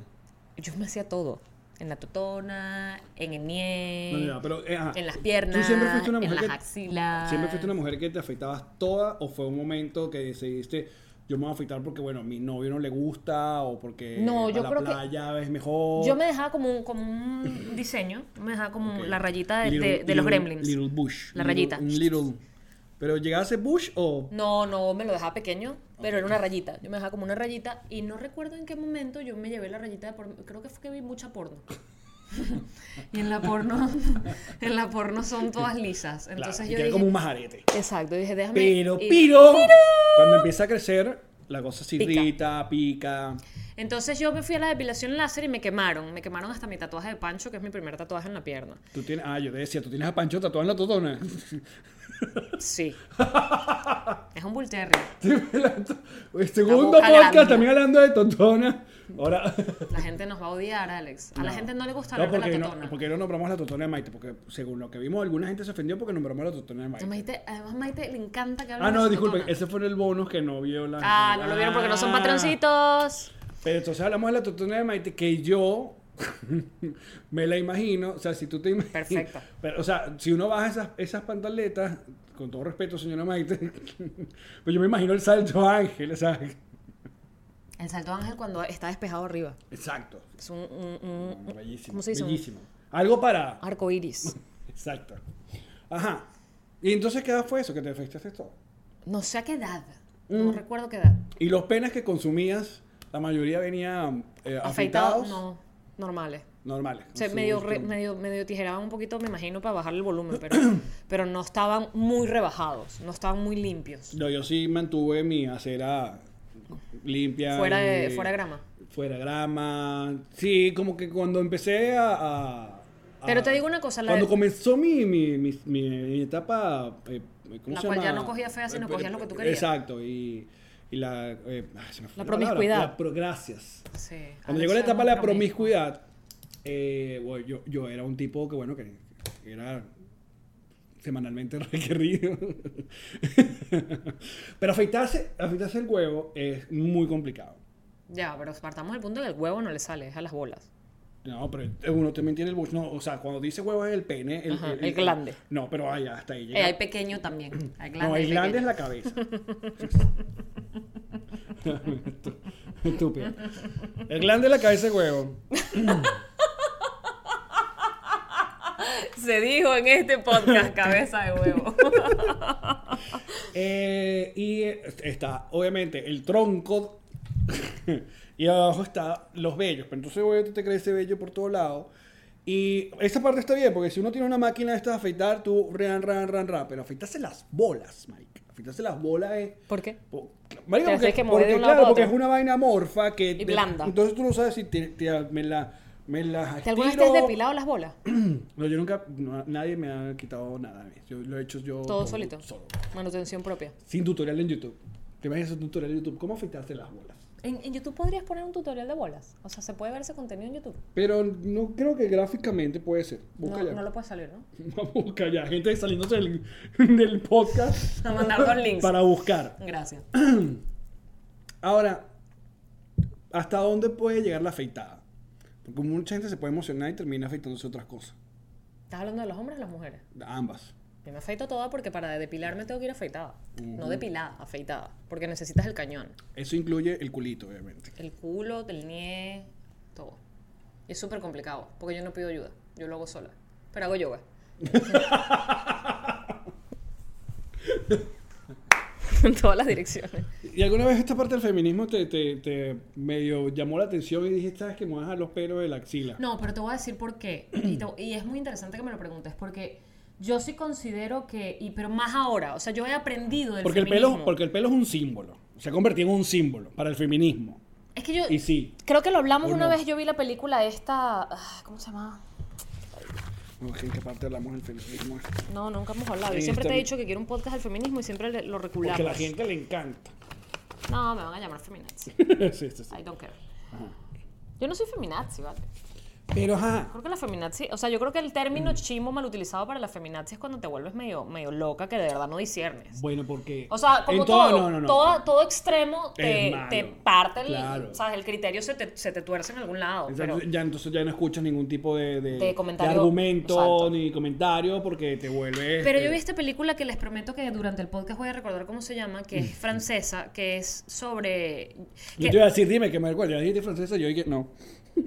Speaker 4: yo me hacía todo, en la totona, en el nie,
Speaker 1: No, no, no, pero, eh, ajá.
Speaker 4: en las piernas,
Speaker 1: ¿Tú siempre fuiste una mujer
Speaker 4: en las
Speaker 1: que-
Speaker 4: axilas.
Speaker 1: ¿Siempre fuiste una mujer que te afeitabas toda o fue un momento que decidiste yo me voy a afeitar porque, bueno, a mi novio no le gusta o porque
Speaker 4: No,
Speaker 1: para
Speaker 4: yo
Speaker 1: la
Speaker 4: creo que-
Speaker 1: playa es mejor?
Speaker 4: Yo me dejaba como un, como un diseño, me dejaba como
Speaker 1: Ok.
Speaker 4: la rayita de,
Speaker 1: Little-
Speaker 4: de- de
Speaker 1: little-
Speaker 4: los gremlins.
Speaker 1: Little Bush.
Speaker 4: La
Speaker 1: Little-
Speaker 4: rayita.
Speaker 1: Un little. ¿Pero llegaba a ser Bush o...?
Speaker 4: No, no, me lo dejaba pequeño, pero era una rayita. Yo me dejaba como una rayita y no recuerdo en qué momento yo me llevé la rayita de porno. Creo que fue que vi mucha porno. y en la porno, en la porno son todas lisas.
Speaker 1: Claro,
Speaker 4: Entonces
Speaker 1: y
Speaker 4: yo
Speaker 1: queda
Speaker 4: dije,
Speaker 1: como un majarete.
Speaker 4: exacto, dije, déjame.
Speaker 1: Pero,
Speaker 4: ir".
Speaker 1: piro, cuando empieza a crecer, la cosa se
Speaker 4: Pica.
Speaker 1: irrita, pica.
Speaker 4: Entonces yo me fui a la depilación láser y me quemaron. Me quemaron hasta mi tatuaje de pancho, que es mi primer tatuaje en la pierna.
Speaker 1: Tú tienes, ah, yo te decía, tú tienes a Pancho tatuado en la totona.
Speaker 4: Sí. es un bull terrier.
Speaker 1: El Segundo
Speaker 4: boca
Speaker 1: podcast
Speaker 4: grande.
Speaker 1: también hablando de totona. Ahora.
Speaker 4: La gente nos va a odiar, Alex. A la
Speaker 1: No.
Speaker 4: gente no le gusta
Speaker 1: No,
Speaker 4: hablar
Speaker 1: porque
Speaker 4: de la
Speaker 1: no-
Speaker 4: totona.
Speaker 1: porque no nombramos la totona de Maite, porque según lo que vimos, alguna gente se ofendió porque nombramos la totona de Maite.
Speaker 4: Maite- además, Maite le encanta que hablen
Speaker 1: Ah,
Speaker 4: de
Speaker 1: no,
Speaker 4: su
Speaker 1: disculpen,
Speaker 4: totona.
Speaker 1: ese fue el bonus que no vio la
Speaker 4: Ah, no lo vieron porque no son
Speaker 1: Ah.
Speaker 4: patroncitos.
Speaker 1: Pero entonces hablamos de la totona de Maite que yo me la imagino. O sea, si tú te imaginas.
Speaker 4: Perfecto.
Speaker 1: Pero, o sea, si uno baja esas, esas pantaletas, con todo respeto, señora Maite, pues yo me imagino el salto ángel, o sea,
Speaker 4: El salto ángel cuando está despejado arriba.
Speaker 1: Exacto.
Speaker 4: Es un, un- un- un
Speaker 1: Bellísimo.
Speaker 4: ¿Cómo se dice?
Speaker 1: Bellísimo. Algo para.
Speaker 4: arco iris.
Speaker 1: Exacto. Ajá. ¿Y entonces qué edad fue eso? Que te afectaste todo.
Speaker 4: No sé a qué edad. No recuerdo qué edad.
Speaker 1: Y los penes que consumías, la mayoría venían eh,
Speaker 4: Afeitados,
Speaker 1: afeitados.
Speaker 4: no. Normales.
Speaker 1: Normales.
Speaker 4: O sea,
Speaker 1: Su-
Speaker 4: medio, re-
Speaker 1: su-
Speaker 4: medio, medio tijeraban un poquito, me imagino, para bajar el volumen, pero, pero no estaban muy rebajados, no estaban muy limpios.
Speaker 1: No, yo sí mantuve mi acera limpia.
Speaker 4: Fuera de-
Speaker 1: eh,
Speaker 4: fuera de grama.
Speaker 1: Fuera de grama. Sí, como que cuando empecé a... a-
Speaker 4: Pero te
Speaker 1: a-
Speaker 4: digo una cosa, la
Speaker 1: Cuando
Speaker 4: de-
Speaker 1: comenzó mi, mi, mi, mi etapa... eh, ¿cómo
Speaker 4: La
Speaker 1: se
Speaker 4: cual ya
Speaker 1: llama?
Speaker 4: no cogía fea, sino
Speaker 1: Eh,
Speaker 4: cogía
Speaker 1: eh,
Speaker 4: lo que tú querías.
Speaker 1: Exacto, y, y la... eh, ay, se me fue palabra.
Speaker 4: La promiscuidad. Ah,
Speaker 1: La pro- gracias.
Speaker 4: Sí,
Speaker 1: Cuando
Speaker 4: Alex
Speaker 1: llegó la
Speaker 4: era
Speaker 1: etapa
Speaker 4: muy
Speaker 1: de la
Speaker 4: promiscuo.
Speaker 1: promiscuidad, eh, bueno, yo, yo era un tipo que, bueno, que era semanalmente requerido. Pero afeitarse, afeitarse el huevo es muy complicado.
Speaker 4: Ya, pero partamos del punto de que el huevo no le sale, es a las bolas.
Speaker 1: No, pero uno también tiene el bush. No, o sea, cuando dice huevo es el pene. El,
Speaker 4: Ajá, el glande.
Speaker 1: No, pero ay, hasta ahí llega.
Speaker 4: Eh, hay pequeño también. Hay glande,
Speaker 1: no,
Speaker 4: hay
Speaker 1: el glande
Speaker 4: pequeño.
Speaker 1: es la cabeza. Estúpido. El glande es la cabeza de huevo.
Speaker 4: Se dijo en este podcast cabeza de huevo.
Speaker 1: Eh, y eh, está, obviamente, el tronco. y abajo está los vellos. Pero entonces, obviamente, te crece vello por todos lados. Y esa parte está bien, porque si uno tiene una máquina de estas de afeitar, tú ran, ran, ran, ran. Pero afeitarse las bolas, Mike. Afeitarse las bolas es.
Speaker 4: ¿Por qué?
Speaker 1: po- marico,
Speaker 4: Te
Speaker 1: porque,
Speaker 4: tienes que mover de
Speaker 1: porque,
Speaker 4: un lado
Speaker 1: claro,
Speaker 4: para
Speaker 1: porque es
Speaker 4: otro.
Speaker 1: una vaina morfa que.
Speaker 4: Y blanda.
Speaker 1: Entonces tú no sabes si te, te- me la. Me las
Speaker 4: ¿Te alguna vez te has
Speaker 1: estiro. Mm.
Speaker 4: depilado las bolas?
Speaker 1: No, yo nunca. no, nadie me ha quitado nada. Yo lo he hecho yo.
Speaker 4: Todo
Speaker 1: por-
Speaker 4: solito.
Speaker 1: Solo.
Speaker 4: Manutención propia.
Speaker 1: Sin tutorial en YouTube. ¿Te imaginas un tutorial en YouTube? ¿Cómo afeitarse las bolas?
Speaker 4: En, en YouTube podrías poner un tutorial de bolas. O sea, se puede ver ese contenido en YouTube.
Speaker 1: Pero no creo que gráficamente puede ser. Busca
Speaker 4: No,
Speaker 1: ya.
Speaker 4: no lo puede salir, ¿no?
Speaker 1: Busca ya. Gente saliéndose del, del podcast.
Speaker 4: A mandar los links.
Speaker 1: Para buscar.
Speaker 4: Gracias.
Speaker 1: Ahora, ¿hasta dónde puede llegar la afeitada? Porque mucha gente se puede emocionar y termina afeitándose otras cosas.
Speaker 4: ¿Estás hablando de los hombres o las mujeres?
Speaker 1: Ambas.
Speaker 4: Yo me afeito toda porque para depilarme tengo que ir afeitada. No depilada, afeitada. Porque necesitas el cañón.
Speaker 1: Eso incluye el culito, obviamente.
Speaker 4: El culo, el nie, todo. Y es súper complicado porque yo no pido ayuda. Yo lo hago sola. Pero hago yoga. En todas las direcciones.
Speaker 1: ¿Y alguna vez esta parte del feminismo te, te, te medio llamó la atención y dijiste, sabes que me voy a dejar los pelos de la axila?
Speaker 4: No, pero te voy a decir por qué. Y, te- y es muy interesante que me lo preguntes porque yo sí considero que. Y, pero más ahora. O sea, yo he aprendido del
Speaker 1: porque, el
Speaker 4: feminismo.
Speaker 1: pelo, porque el pelo es un símbolo. Se ha convertido en un símbolo para el feminismo.
Speaker 4: Es que yo.
Speaker 1: Y sí.
Speaker 4: Creo que lo hablamos
Speaker 1: ¿O
Speaker 4: una
Speaker 1: no?
Speaker 4: vez. Yo vi la película esta. ah, ¿Cómo se llama?
Speaker 1: No sé en qué parte hablamos del feminismo.
Speaker 4: No, nunca hemos hablado. Yo
Speaker 1: Sí,
Speaker 4: siempre
Speaker 1: está
Speaker 4: te he
Speaker 1: bien.
Speaker 4: dicho que quiero un podcast del feminismo y siempre le- lo reculamos.
Speaker 1: Porque a la gente le encanta.
Speaker 4: No, me van a llamar feminazi.
Speaker 1: Sí, sí, sí.
Speaker 4: I don't care. Yo no soy feminazi, ¿vale?
Speaker 1: Pero ajá.
Speaker 4: Creo que la feminazi, o sea, yo creo que el
Speaker 1: Mm.
Speaker 4: término chimo mal utilizado para la feminazi es cuando te vuelves medio, medio loca que de verdad no disiernes.
Speaker 1: Bueno, porque.
Speaker 4: O sea, como
Speaker 1: en
Speaker 4: todo,
Speaker 1: No, no, no.
Speaker 4: toda- todo extremo
Speaker 1: Es
Speaker 4: te,
Speaker 1: malo.
Speaker 4: te parte el,
Speaker 1: Claro.
Speaker 4: ¿sabes? el criterio, se te, se te tuerce en algún lado.
Speaker 1: Exacto,
Speaker 4: pero-
Speaker 1: ya, entonces ya no escuchas ningún tipo de, de,
Speaker 4: De comentario,
Speaker 1: argumento
Speaker 4: exacto.
Speaker 1: ni comentario porque te vuelves.
Speaker 4: Pero
Speaker 1: eh,
Speaker 4: yo vi esta película que les prometo que durante el podcast voy a recordar cómo se llama, que es francesa, que es sobre...
Speaker 1: Mm. Yo
Speaker 4: que-
Speaker 1: te iba a decir, dime que me recuerda. La gente francesa, yo dije, no.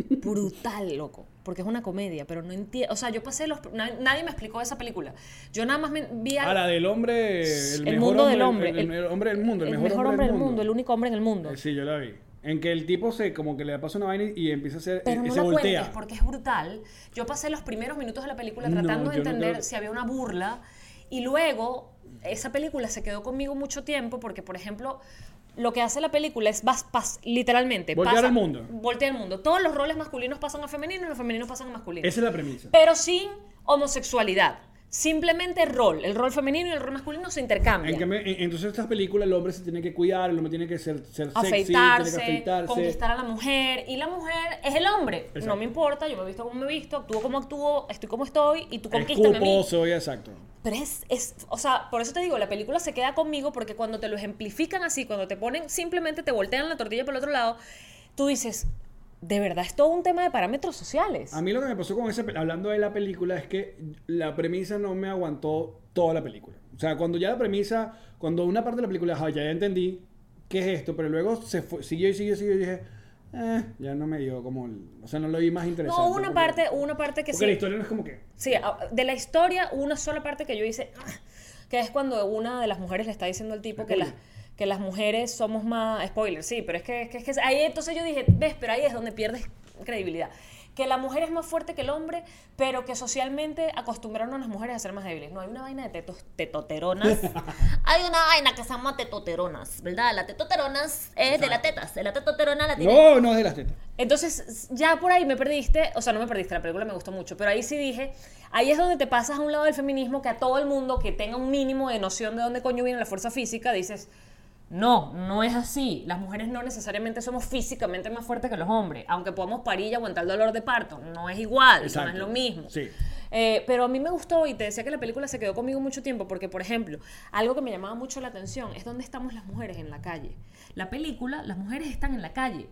Speaker 4: brutal, loco. Porque es una comedia, pero no entiendo... O sea, yo pasé los... na- nadie me explicó esa película. Yo nada más me vi
Speaker 1: A
Speaker 4: al-
Speaker 1: Ah, la del hombre. El,
Speaker 4: el
Speaker 1: mejor
Speaker 4: mundo del hombre.
Speaker 1: El, el- el hombre del mundo. El, mejor,
Speaker 4: hombre del mundo. el único hombre en el mundo.
Speaker 1: Eh, Sí, yo la vi. En que el tipo se como que le pasa una vaina y- y empieza a hacer.
Speaker 4: pero
Speaker 1: eh,
Speaker 4: no
Speaker 1: se
Speaker 4: la
Speaker 1: voltea.
Speaker 4: cuentes porque es brutal. Yo pasé los primeros minutos de la película
Speaker 1: No,
Speaker 4: tratando de
Speaker 1: yo no
Speaker 4: entender
Speaker 1: creo-
Speaker 4: si había una burla y luego esa película se quedó conmigo mucho tiempo porque, por ejemplo, lo que hace la película es vas, pas- literalmente
Speaker 1: Voltear
Speaker 4: pasa-
Speaker 1: al mundo.
Speaker 4: Voltea el mundo. Todos los roles masculinos pasan a femeninos y los femeninos pasan a masculinos.
Speaker 1: Esa es la premisa.
Speaker 4: Pero sin homosexualidad. Simplemente rol. El rol femenino y el rol masculino se intercambian.
Speaker 1: En cambio, en- entonces en estas películas el hombre se tiene que cuidar, el hombre tiene que ser, ser sexy, tiene
Speaker 4: afeitarse,
Speaker 1: que afeitarse.
Speaker 4: conquistar a la mujer y la mujer es el hombre.
Speaker 1: Exacto.
Speaker 4: No me importa, yo me he visto como me he visto, actúo como actúo, estoy como estoy y tú conquístame a
Speaker 1: Escupo,
Speaker 4: mí.
Speaker 1: soy exacto.
Speaker 4: Pero es, es, o sea, por eso te digo, la película se queda conmigo porque cuando te lo ejemplifican así, cuando te ponen, simplemente te voltean la tortilla para el otro lado, tú dices, de verdad es todo un tema de parámetros sociales.
Speaker 1: A mí lo que me pasó con esa, pe- hablando de la película, es que la premisa no me aguantó toda la película. O sea, cuando ya la premisa, cuando una parte de la película, "Ajá, ya entendí qué es esto, pero luego se fue, siguió y siguió y siguió y dije, eh, ya no me dio como, el- o sea, no lo vi más interesante.
Speaker 4: no, hubo una
Speaker 1: porque-
Speaker 4: parte, hubo una parte que
Speaker 1: Porque
Speaker 4: sí.
Speaker 1: la historia no es como que,
Speaker 4: Sí, a- de la historia, hubo una sola parte que yo hice, ah, que es cuando una de las mujeres le está diciendo al tipo que las, que las mujeres somos más. Spoiler, sí, pero es que, es que, es que ahí entonces yo dije, ves, pero ahí es donde pierdes credibilidad. Que la mujer es más fuerte que el hombre, pero que socialmente acostumbraron a las mujeres a ser más débiles. No, hay una vaina de tetos, tetoteronas.
Speaker 2: Hay una vaina que se llama tetoteronas, ¿verdad? La tetoteronas es de la tetas. De la tetoterona la tiene.
Speaker 1: no, no es de las
Speaker 4: Ah,
Speaker 1: tetas.
Speaker 4: Entonces, ya por ahí me perdiste, o sea, no me perdiste, la película me gustó mucho, pero ahí sí dije, ahí es donde te pasas a un lado del feminismo que a todo el mundo que tenga un mínimo de noción de dónde coño viene la fuerza física, dices, no, no es así, las mujeres no necesariamente somos físicamente más fuertes que los hombres, aunque podamos parir y aguantar el dolor de parto, no es igual,
Speaker 1: Exacto.
Speaker 4: no es lo mismo.
Speaker 1: Sí.
Speaker 4: Eh, pero a mí me gustó y te decía que la película se quedó conmigo mucho tiempo porque, por ejemplo, algo que me llamaba mucho la atención es dónde estamos las mujeres en la calle. La película, las mujeres están en la calle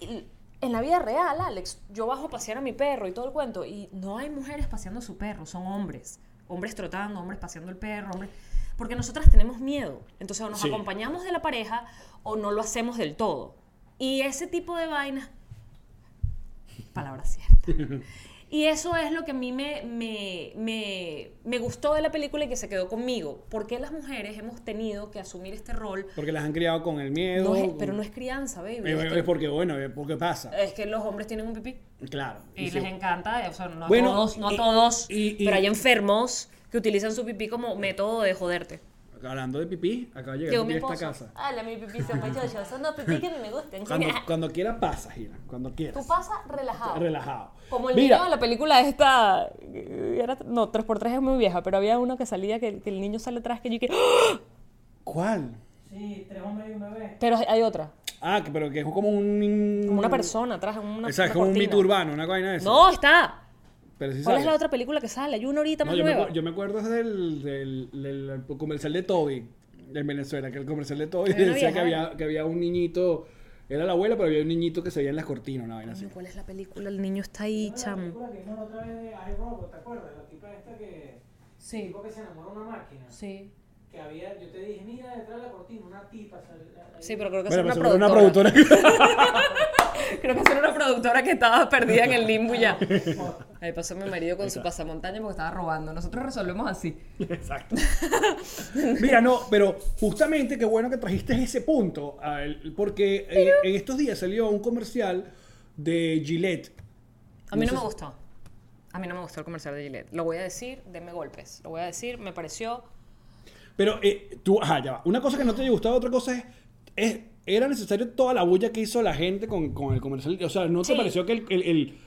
Speaker 4: y en la vida real, Alex, yo bajo a pasear a mi perro y todo el cuento, y no hay mujeres paseando a su perro, son hombres. Hombres trotando, hombres paseando el perro, hombres. Porque nosotras tenemos miedo. Entonces, o nos
Speaker 1: Sí.
Speaker 4: acompañamos de la pareja o no lo hacemos del todo. Y ese tipo de vainas. Palabra cierta. Y eso es lo que a mí me, me, me, me gustó de la película y que se quedó conmigo. ¿Por qué las mujeres hemos tenido que asumir este rol?
Speaker 1: Porque las han criado con el miedo.
Speaker 4: No es-
Speaker 1: con-
Speaker 4: pero no es crianza, baby.
Speaker 1: Eh, Es,
Speaker 4: Esto-
Speaker 1: porque, bueno, es porque pasa.
Speaker 4: es que los hombres tienen un pipí.
Speaker 1: Claro.
Speaker 4: Y,
Speaker 1: Y
Speaker 4: les
Speaker 1: sí.
Speaker 4: encanta, eh, o sea, no a
Speaker 1: Bueno,
Speaker 4: todos, no a
Speaker 1: y-
Speaker 4: todos,
Speaker 1: y- y-
Speaker 4: pero hay enfermos que utilizan su pipí como método de joderte.
Speaker 1: Hablando de pipí, acaba de llegar
Speaker 4: Llegó
Speaker 1: pipí
Speaker 4: mi
Speaker 1: a esta
Speaker 4: esposo.
Speaker 1: casa.
Speaker 2: Hola, mi pipí son muchachos. Son dos pipí que a mí me gustan.
Speaker 1: Cuando, cuando quiera pasa, Gira. Cuando quieras.
Speaker 4: Tú pasas relajado.
Speaker 1: Relajado.
Speaker 4: Como el
Speaker 1: Mira,
Speaker 4: niño de la película esta, era- no, 3x3 es muy vieja, pero había uno que salía que, que el niño sale atrás que yo y que... ¡Ah!
Speaker 1: ¿Cuál?
Speaker 4: Pero hay otra,
Speaker 1: Ah, que- pero que es como un...
Speaker 4: como una persona atrás, una
Speaker 1: Exacto, Mm.
Speaker 4: una
Speaker 1: como un
Speaker 4: cortina.
Speaker 1: mito urbano, una vaina de eso.
Speaker 4: No, está.
Speaker 1: Pero sí
Speaker 4: ¿Cuál
Speaker 1: sale.
Speaker 4: es la otra película que sale? Hay una ahorita
Speaker 1: No,
Speaker 4: más
Speaker 1: yo, me,
Speaker 4: nueva.
Speaker 1: acu- yo me acuerdo es del, del, del comercial de Toby, en Venezuela, que el comercial de Toby
Speaker 4: Hay una
Speaker 1: decía que
Speaker 4: vieja.
Speaker 1: había, que había un niñito... Era la abuela, pero había un niñito que se veía en las cortinas, una vaina así.
Speaker 4: ¿Cuál es la película? El niño está ahí, chamo.
Speaker 5: película que vimos la otra vez de iRobot, ¿te acuerdas? La tipa esta que
Speaker 4: Sí,
Speaker 5: Tipo que se enamoró una máquina.
Speaker 4: sí.
Speaker 5: Que había, yo te dije, mira detrás de la cortina, una tipa. sal- ahí".
Speaker 4: Sí, pero creo que
Speaker 1: Bueno,
Speaker 4: es
Speaker 1: pues
Speaker 4: una
Speaker 1: seguro
Speaker 4: productora.
Speaker 1: una productora.
Speaker 4: Creo que era una productora que estaba perdida en el limbo ya. Ahí pasó mi marido con su pasamontaña porque estaba robando. Nosotros resolvemos así.
Speaker 1: Exacto. Mira, no, pero justamente qué bueno que trajiste ese punto, Abel, porque eh, en estos días salió un comercial de Gillette.
Speaker 4: A mí no
Speaker 1: sé
Speaker 4: me
Speaker 1: si-
Speaker 4: gustó. A mí no me gustó el comercial de Gillette. Lo voy a decir, denme golpes. Lo voy a decir, me pareció.
Speaker 1: Pero eh, tú, ajá, ya va. Una cosa que no te haya gustado, otra cosa es, es- era necesario toda la bulla que hizo la gente con, con el comercial. O sea, ¿no
Speaker 4: Sí.
Speaker 1: te pareció que el, el- el-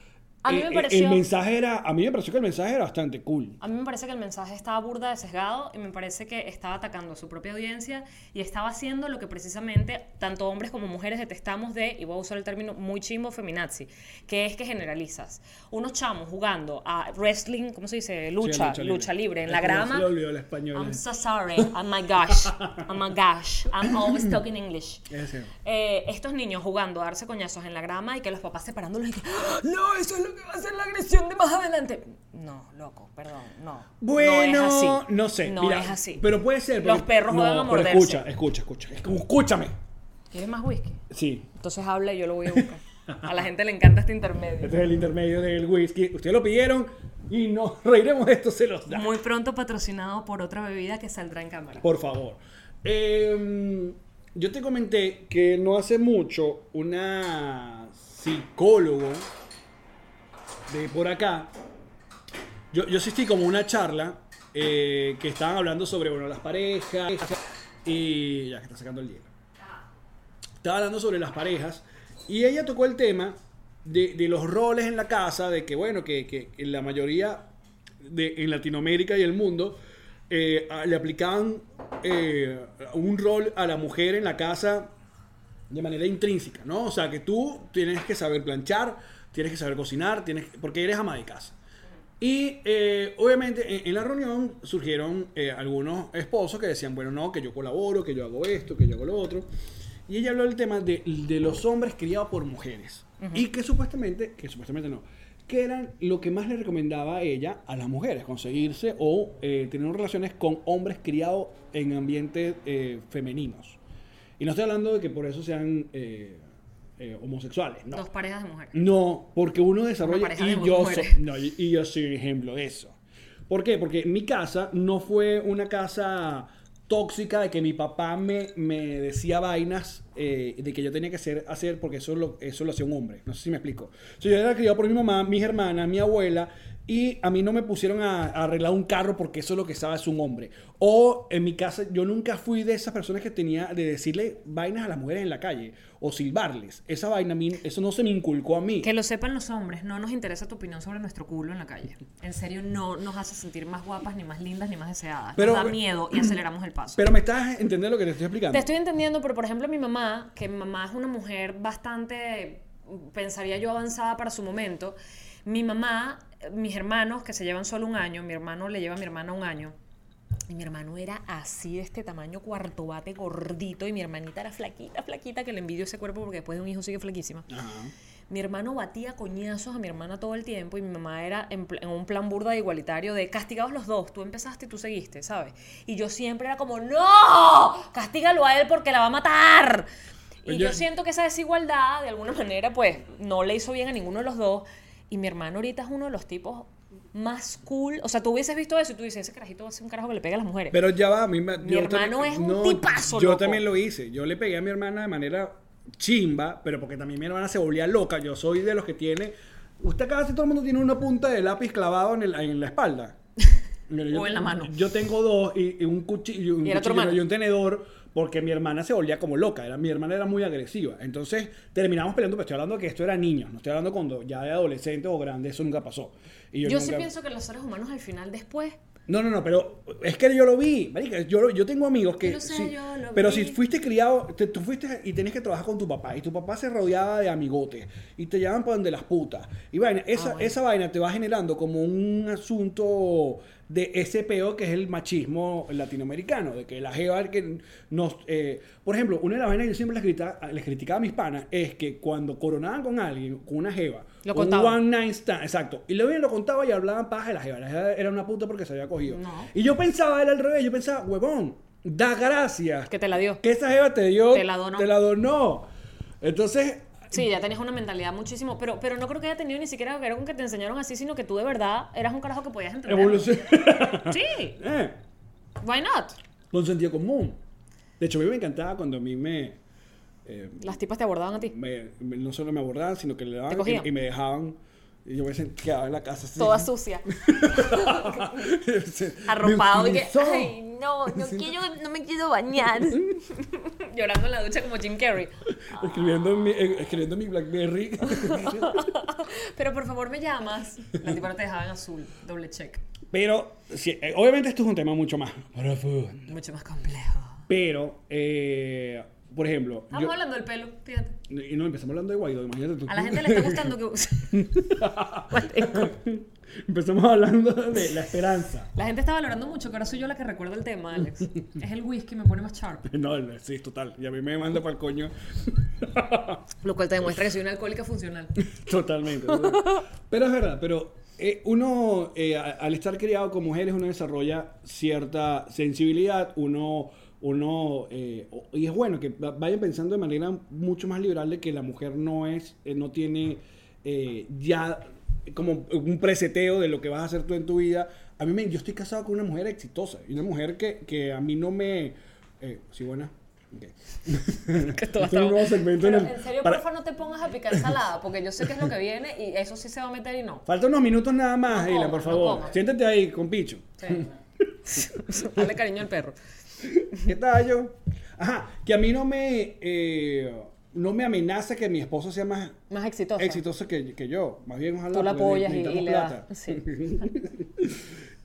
Speaker 4: A mí
Speaker 1: eh,
Speaker 4: me
Speaker 1: el-
Speaker 4: pareció-
Speaker 1: el mensaje era, a mí me pareció que el mensaje era bastante cool.
Speaker 4: A mí me parece que el mensaje estaba burda de sesgado y me parece que estaba atacando a su propia audiencia y estaba haciendo lo que precisamente tanto hombres como mujeres detestamos de, y voy a usar el término muy chimbo feminazi, que es que generalizas. Unos chamos jugando a wrestling, ¿cómo se dice? Lucha,
Speaker 1: Sí,
Speaker 4: lucha, libre. en la
Speaker 1: Es que ya
Speaker 4: grama.
Speaker 1: Se le olvidó la española.
Speaker 4: I'm so sorry. Oh my gosh. Oh my gosh. I'm always talking English.
Speaker 1: Ese.
Speaker 4: Eh, estos niños jugando a darse coñazos en la grama y que los papás separándolos y que, "Ah, no, eso es lo que va a ser la agresión de más adelante. No, loco, perdón, no.
Speaker 1: Bueno,
Speaker 4: no,
Speaker 1: no,
Speaker 4: es así.
Speaker 1: sé.
Speaker 4: No
Speaker 1: mira,
Speaker 4: es así.
Speaker 1: Pero puede ser.
Speaker 4: Los
Speaker 1: porque-
Speaker 4: perros
Speaker 1: no,
Speaker 4: juegan a
Speaker 1: pero
Speaker 4: morderse.
Speaker 1: Escucha, escucha, escucha. Escúchame.
Speaker 4: ¿Quieres más whisky?
Speaker 1: Sí.
Speaker 4: Entonces habla y yo lo voy a buscar. A la gente le encanta este intermedio.
Speaker 1: Este es el intermedio del whisky. Ustedes lo pidieron y nos reiremos de esto, se los da.
Speaker 4: Muy pronto patrocinado por otra bebida que saldrá en cámara.
Speaker 1: Por favor. Eh, yo te comenté que no hace mucho una psicólogo de por acá, yo, yo asistí como a una charla eh, que estaban hablando sobre bueno, las parejas y ya que está sacando el hielo. Estaba hablando sobre las parejas y ella tocó el tema de, de los roles en la casa, de que bueno, que, que en la mayoría de, en Latinoamérica y el mundo eh, a- le aplicaban eh, un rol a la mujer en la casa de manera intrínseca, ¿no? O sea, que tú tienes que saber planchar, tienes que saber cocinar, tienes que- porque eres ama de casa. Y eh, obviamente en, en la reunión surgieron eh, algunos esposos que decían, bueno, no, que yo colaboro, que yo hago esto, que yo hago lo otro. Y ella habló del tema de, de los hombres criados por mujeres. Y que supuestamente, que supuestamente no, que eran lo que más le recomendaba a ella a las mujeres, conseguirse o eh, tener relaciones con hombres criados en ambientes eh, femeninos. Y no estoy hablando de que por eso sean eh, eh, homosexuales, no.
Speaker 4: Dos parejas de mujeres.
Speaker 1: No, porque uno desarrolla
Speaker 4: pareja
Speaker 1: y
Speaker 4: de
Speaker 1: yo,
Speaker 4: mujeres.
Speaker 1: soy, no, y y yo soy un ejemplo de eso. ¿Por qué? Porque mi casa no fue una casa tóxica de que mi papá me, me decía vainas eh, de que yo tenía que hacer, hacer porque eso lo, eso lo hacía un hombre. No sé si me explico. O sea, yo era criado por mi mamá, mis hermanas, mi abuela y a mí no me pusieron a, a arreglar un carro porque eso es lo que sabe es un hombre. O en mi casa yo nunca fui de esas personas que tenía de decirle vainas a las mujeres en la calle o silbarles. Esa vaina a mí, eso no se me inculcó a mí.
Speaker 4: Que lo sepan los hombres, no nos interesa tu opinión sobre nuestro culo en la calle. En serio, no nos hace sentir más guapas, ni más lindas, ni más deseadas.
Speaker 1: Pero- eh,
Speaker 4: nos da miedo y aceleramos el paso.
Speaker 1: Pero me estás entendiendo lo que te estoy explicando.
Speaker 4: Te estoy entendiendo, pero por ejemplo mi mamá, que mi mamá es una mujer bastante, pensaría yo, avanzada para su momento, mi mamá, mis hermanos, que se llevan solo un año, mi hermano le lleva a mi hermana un año. Y mi hermano era así, de este tamaño, cuarto bate, gordito. Y mi hermanita era flaquita, flaquita, que le envidio ese cuerpo porque después de un hijo sigue flaquísima.
Speaker 1: Ajá.
Speaker 4: Mi hermano batía coñazos a mi hermana todo el tiempo y mi mamá era en, pl- en un plan burda de igualitario de castigados los dos, tú empezaste y tú seguiste, ¿sabes? Y yo siempre era como, no, castígalo a él porque la va a matar. Y
Speaker 1: Pues
Speaker 4: yo
Speaker 1: ya-
Speaker 4: siento que esa desigualdad, de alguna manera, pues no le hizo bien a ninguno de los dos. Y mi hermano ahorita es uno de los tipos más cool. O sea, tú hubieses visto eso y tú dices, ese carajito va a ser un carajo que le pega a las mujeres.
Speaker 1: Pero ya va, a mí me-
Speaker 4: Mi
Speaker 1: yo
Speaker 4: hermano
Speaker 1: también-
Speaker 4: es un tipazo,
Speaker 1: Yo
Speaker 4: loco.
Speaker 1: también lo hice. Yo le pegué a mi hermana de manera chimba, pero porque también mi hermana se volvía loca. Yo soy de los que tiene. Usted casi todo el mundo tiene una punta de lápiz clavado en, el- en la espalda. Mira,
Speaker 4: O en la mano.
Speaker 1: Yo tengo dos y, y un cuchillo, un
Speaker 4: Y era tu
Speaker 1: cuchillo,
Speaker 4: hermana.
Speaker 1: y un tenedor porque mi hermana se volvía como loca. Era, mi hermana era muy agresiva. Entonces terminamos peleando, pero estoy hablando de que esto era niños. No estoy hablando cuando ya de adolescente o grande, eso nunca pasó. Y
Speaker 4: yo sí
Speaker 1: nunca-
Speaker 4: pienso que los seres humanos al final después
Speaker 1: no, no, no, pero es que yo lo vi, marica, yo, lo- yo tengo amigos que...
Speaker 4: Yo lo sé,
Speaker 1: sí,
Speaker 4: yo lo
Speaker 1: pero
Speaker 4: vi.
Speaker 1: si fuiste criado, te- tú fuiste y tenías que trabajar con tu papá, y tu papá se rodeaba de amigotes, y te llaman para donde las putas. Y vaina,
Speaker 4: Ah,
Speaker 1: esa, esa vaina te va generando como un asunto de ese peo que es el machismo latinoamericano, de que la jeva que nos... eh, por ejemplo, una de las vainas que yo siempre les, grita- les criticaba a mis panas es que cuando coronaban con alguien, con una jeva,
Speaker 4: Lo
Speaker 1: un
Speaker 4: contaba.
Speaker 1: one night stand, exacto. Y luego ella lo contaba y hablaban paja de la jeva. La jeva era una puta porque se había cogido.
Speaker 4: No.
Speaker 1: Y yo pensaba, era al revés, yo pensaba, huevón, da gracias
Speaker 4: Que te la dio.
Speaker 1: que esa jeva te dio.
Speaker 4: Te la donó.
Speaker 1: te la donó. Entonces,
Speaker 4: Sí, ya tenías una mentalidad muchísimo, pero, pero no creo que haya tenido ni siquiera que era con que te enseñaron así, sino que tú de verdad eras un carajo que podías entender.
Speaker 1: evolución.
Speaker 4: Sí,
Speaker 1: eh,
Speaker 4: why not?
Speaker 1: con sentido común. De hecho, a mí me encantaba cuando a mí me. eh,
Speaker 4: Las tipas te abordaban a ti.
Speaker 1: me- me- no solo me abordaban, sino que le daban
Speaker 4: Te cogían.
Speaker 1: y, y me dejaban. Y yo me sent- quedaba en la casa así.
Speaker 4: Toda sucia,
Speaker 1: Se-
Speaker 2: Arropado
Speaker 1: me
Speaker 2: y que.
Speaker 1: utilizó.
Speaker 2: Ay, no, no quiero, no me quiero bañar.
Speaker 4: llorando en la ducha como Jim Carrey.
Speaker 1: Escribiendo en mi, eh, escribiendo en mi Blackberry.
Speaker 4: Pero por favor me llamas. La tipa no te dejaban azul, doble check.
Speaker 1: Pero, sí, eh, obviamente esto es un tema mucho más profundo.
Speaker 4: Mucho más complejo.
Speaker 1: Pero, eh, por ejemplo,
Speaker 4: Estamos
Speaker 1: yo-
Speaker 4: hablando del pelo, fíjate.
Speaker 1: y no empezamos hablando de Guaidó, imagínate tú.
Speaker 4: A la gente le está gustando que...
Speaker 1: empezamos hablando de la esperanza.
Speaker 4: La gente está valorando mucho, que ahora soy yo la que recuerda el tema, Alex. Es el whisky, me pone más sharp.
Speaker 1: No, no, sí, total. Y a mí me manda para el coño
Speaker 4: Lo cual te demuestra que soy una alcohólica funcional.
Speaker 1: totalmente. pero es verdad, pero eh, uno, eh, a- al estar criado con mujeres, uno desarrolla cierta sensibilidad, uno... Uno, eh, o- y es bueno que va- vayan pensando de manera mucho más liberal de que la mujer no es, eh, no tiene eh, ya como un preseteo de lo que vas a hacer tú en tu vida. A mí me, yo estoy casado con una mujer exitosa y una mujer que, que a mí no me... Eh, sí, buena. Ok.
Speaker 4: Que todo
Speaker 1: Este es un nuevo segmento en
Speaker 4: Pero
Speaker 1: el-
Speaker 4: en serio,
Speaker 1: para-
Speaker 4: porfa, no te pongas a picar salada, porque yo sé que es lo que viene y eso sí se va a meter y no.
Speaker 1: Falta unos minutos nada más,
Speaker 4: No
Speaker 1: Eila,
Speaker 4: coma,
Speaker 1: por
Speaker 4: no
Speaker 1: favor.
Speaker 4: coma.
Speaker 1: Siéntate ahí, con Picho.
Speaker 4: Sí. Dale cariño al perro.
Speaker 1: ¿Qué tal yo? Ajá, que a mí no me, eh, no me amenaza que mi esposo sea más
Speaker 4: Más exitoso.
Speaker 1: exitoso que, que yo. Más bien, ojalá.
Speaker 4: Tú la
Speaker 1: porque ne-
Speaker 4: apoyas y- y
Speaker 1: necesitamos
Speaker 4: le
Speaker 1: plata.
Speaker 4: das. Sí.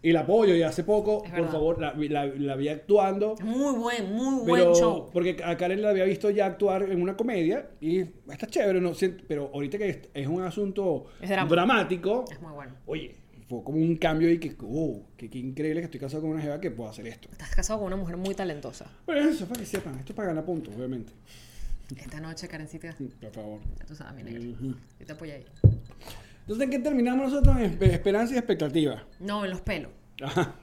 Speaker 1: y la apoyo, y hace poco,
Speaker 4: Es
Speaker 1: por
Speaker 4: verdad.
Speaker 1: favor, la, la- la vi actuando.
Speaker 4: Muy buen, muy buen
Speaker 1: Pero,
Speaker 4: show.
Speaker 1: porque a Karen la había visto ya actuar en una comedia y está chévere, no, sé, pero ahorita que es, es un asunto
Speaker 4: Es drama.
Speaker 1: dramático,
Speaker 4: Es muy bueno.
Speaker 1: Oye, fue como un cambio y que, oh, que, que increíble que estoy casado con una jeva que pueda hacer esto.
Speaker 4: Estás casado con una mujer muy talentosa.
Speaker 1: Bueno, eso es para que sepan, esto es para ganar puntos, obviamente.
Speaker 4: Esta noche, Karencita,
Speaker 1: Por
Speaker 4: ya
Speaker 1: favor.
Speaker 4: tú sabes, mi negra. Yo te apoyé ahí.
Speaker 1: Entonces, ¿en qué terminamos nosotros? En espe- esperanza y expectativa.
Speaker 4: No, en los pelos.
Speaker 1: Ajá.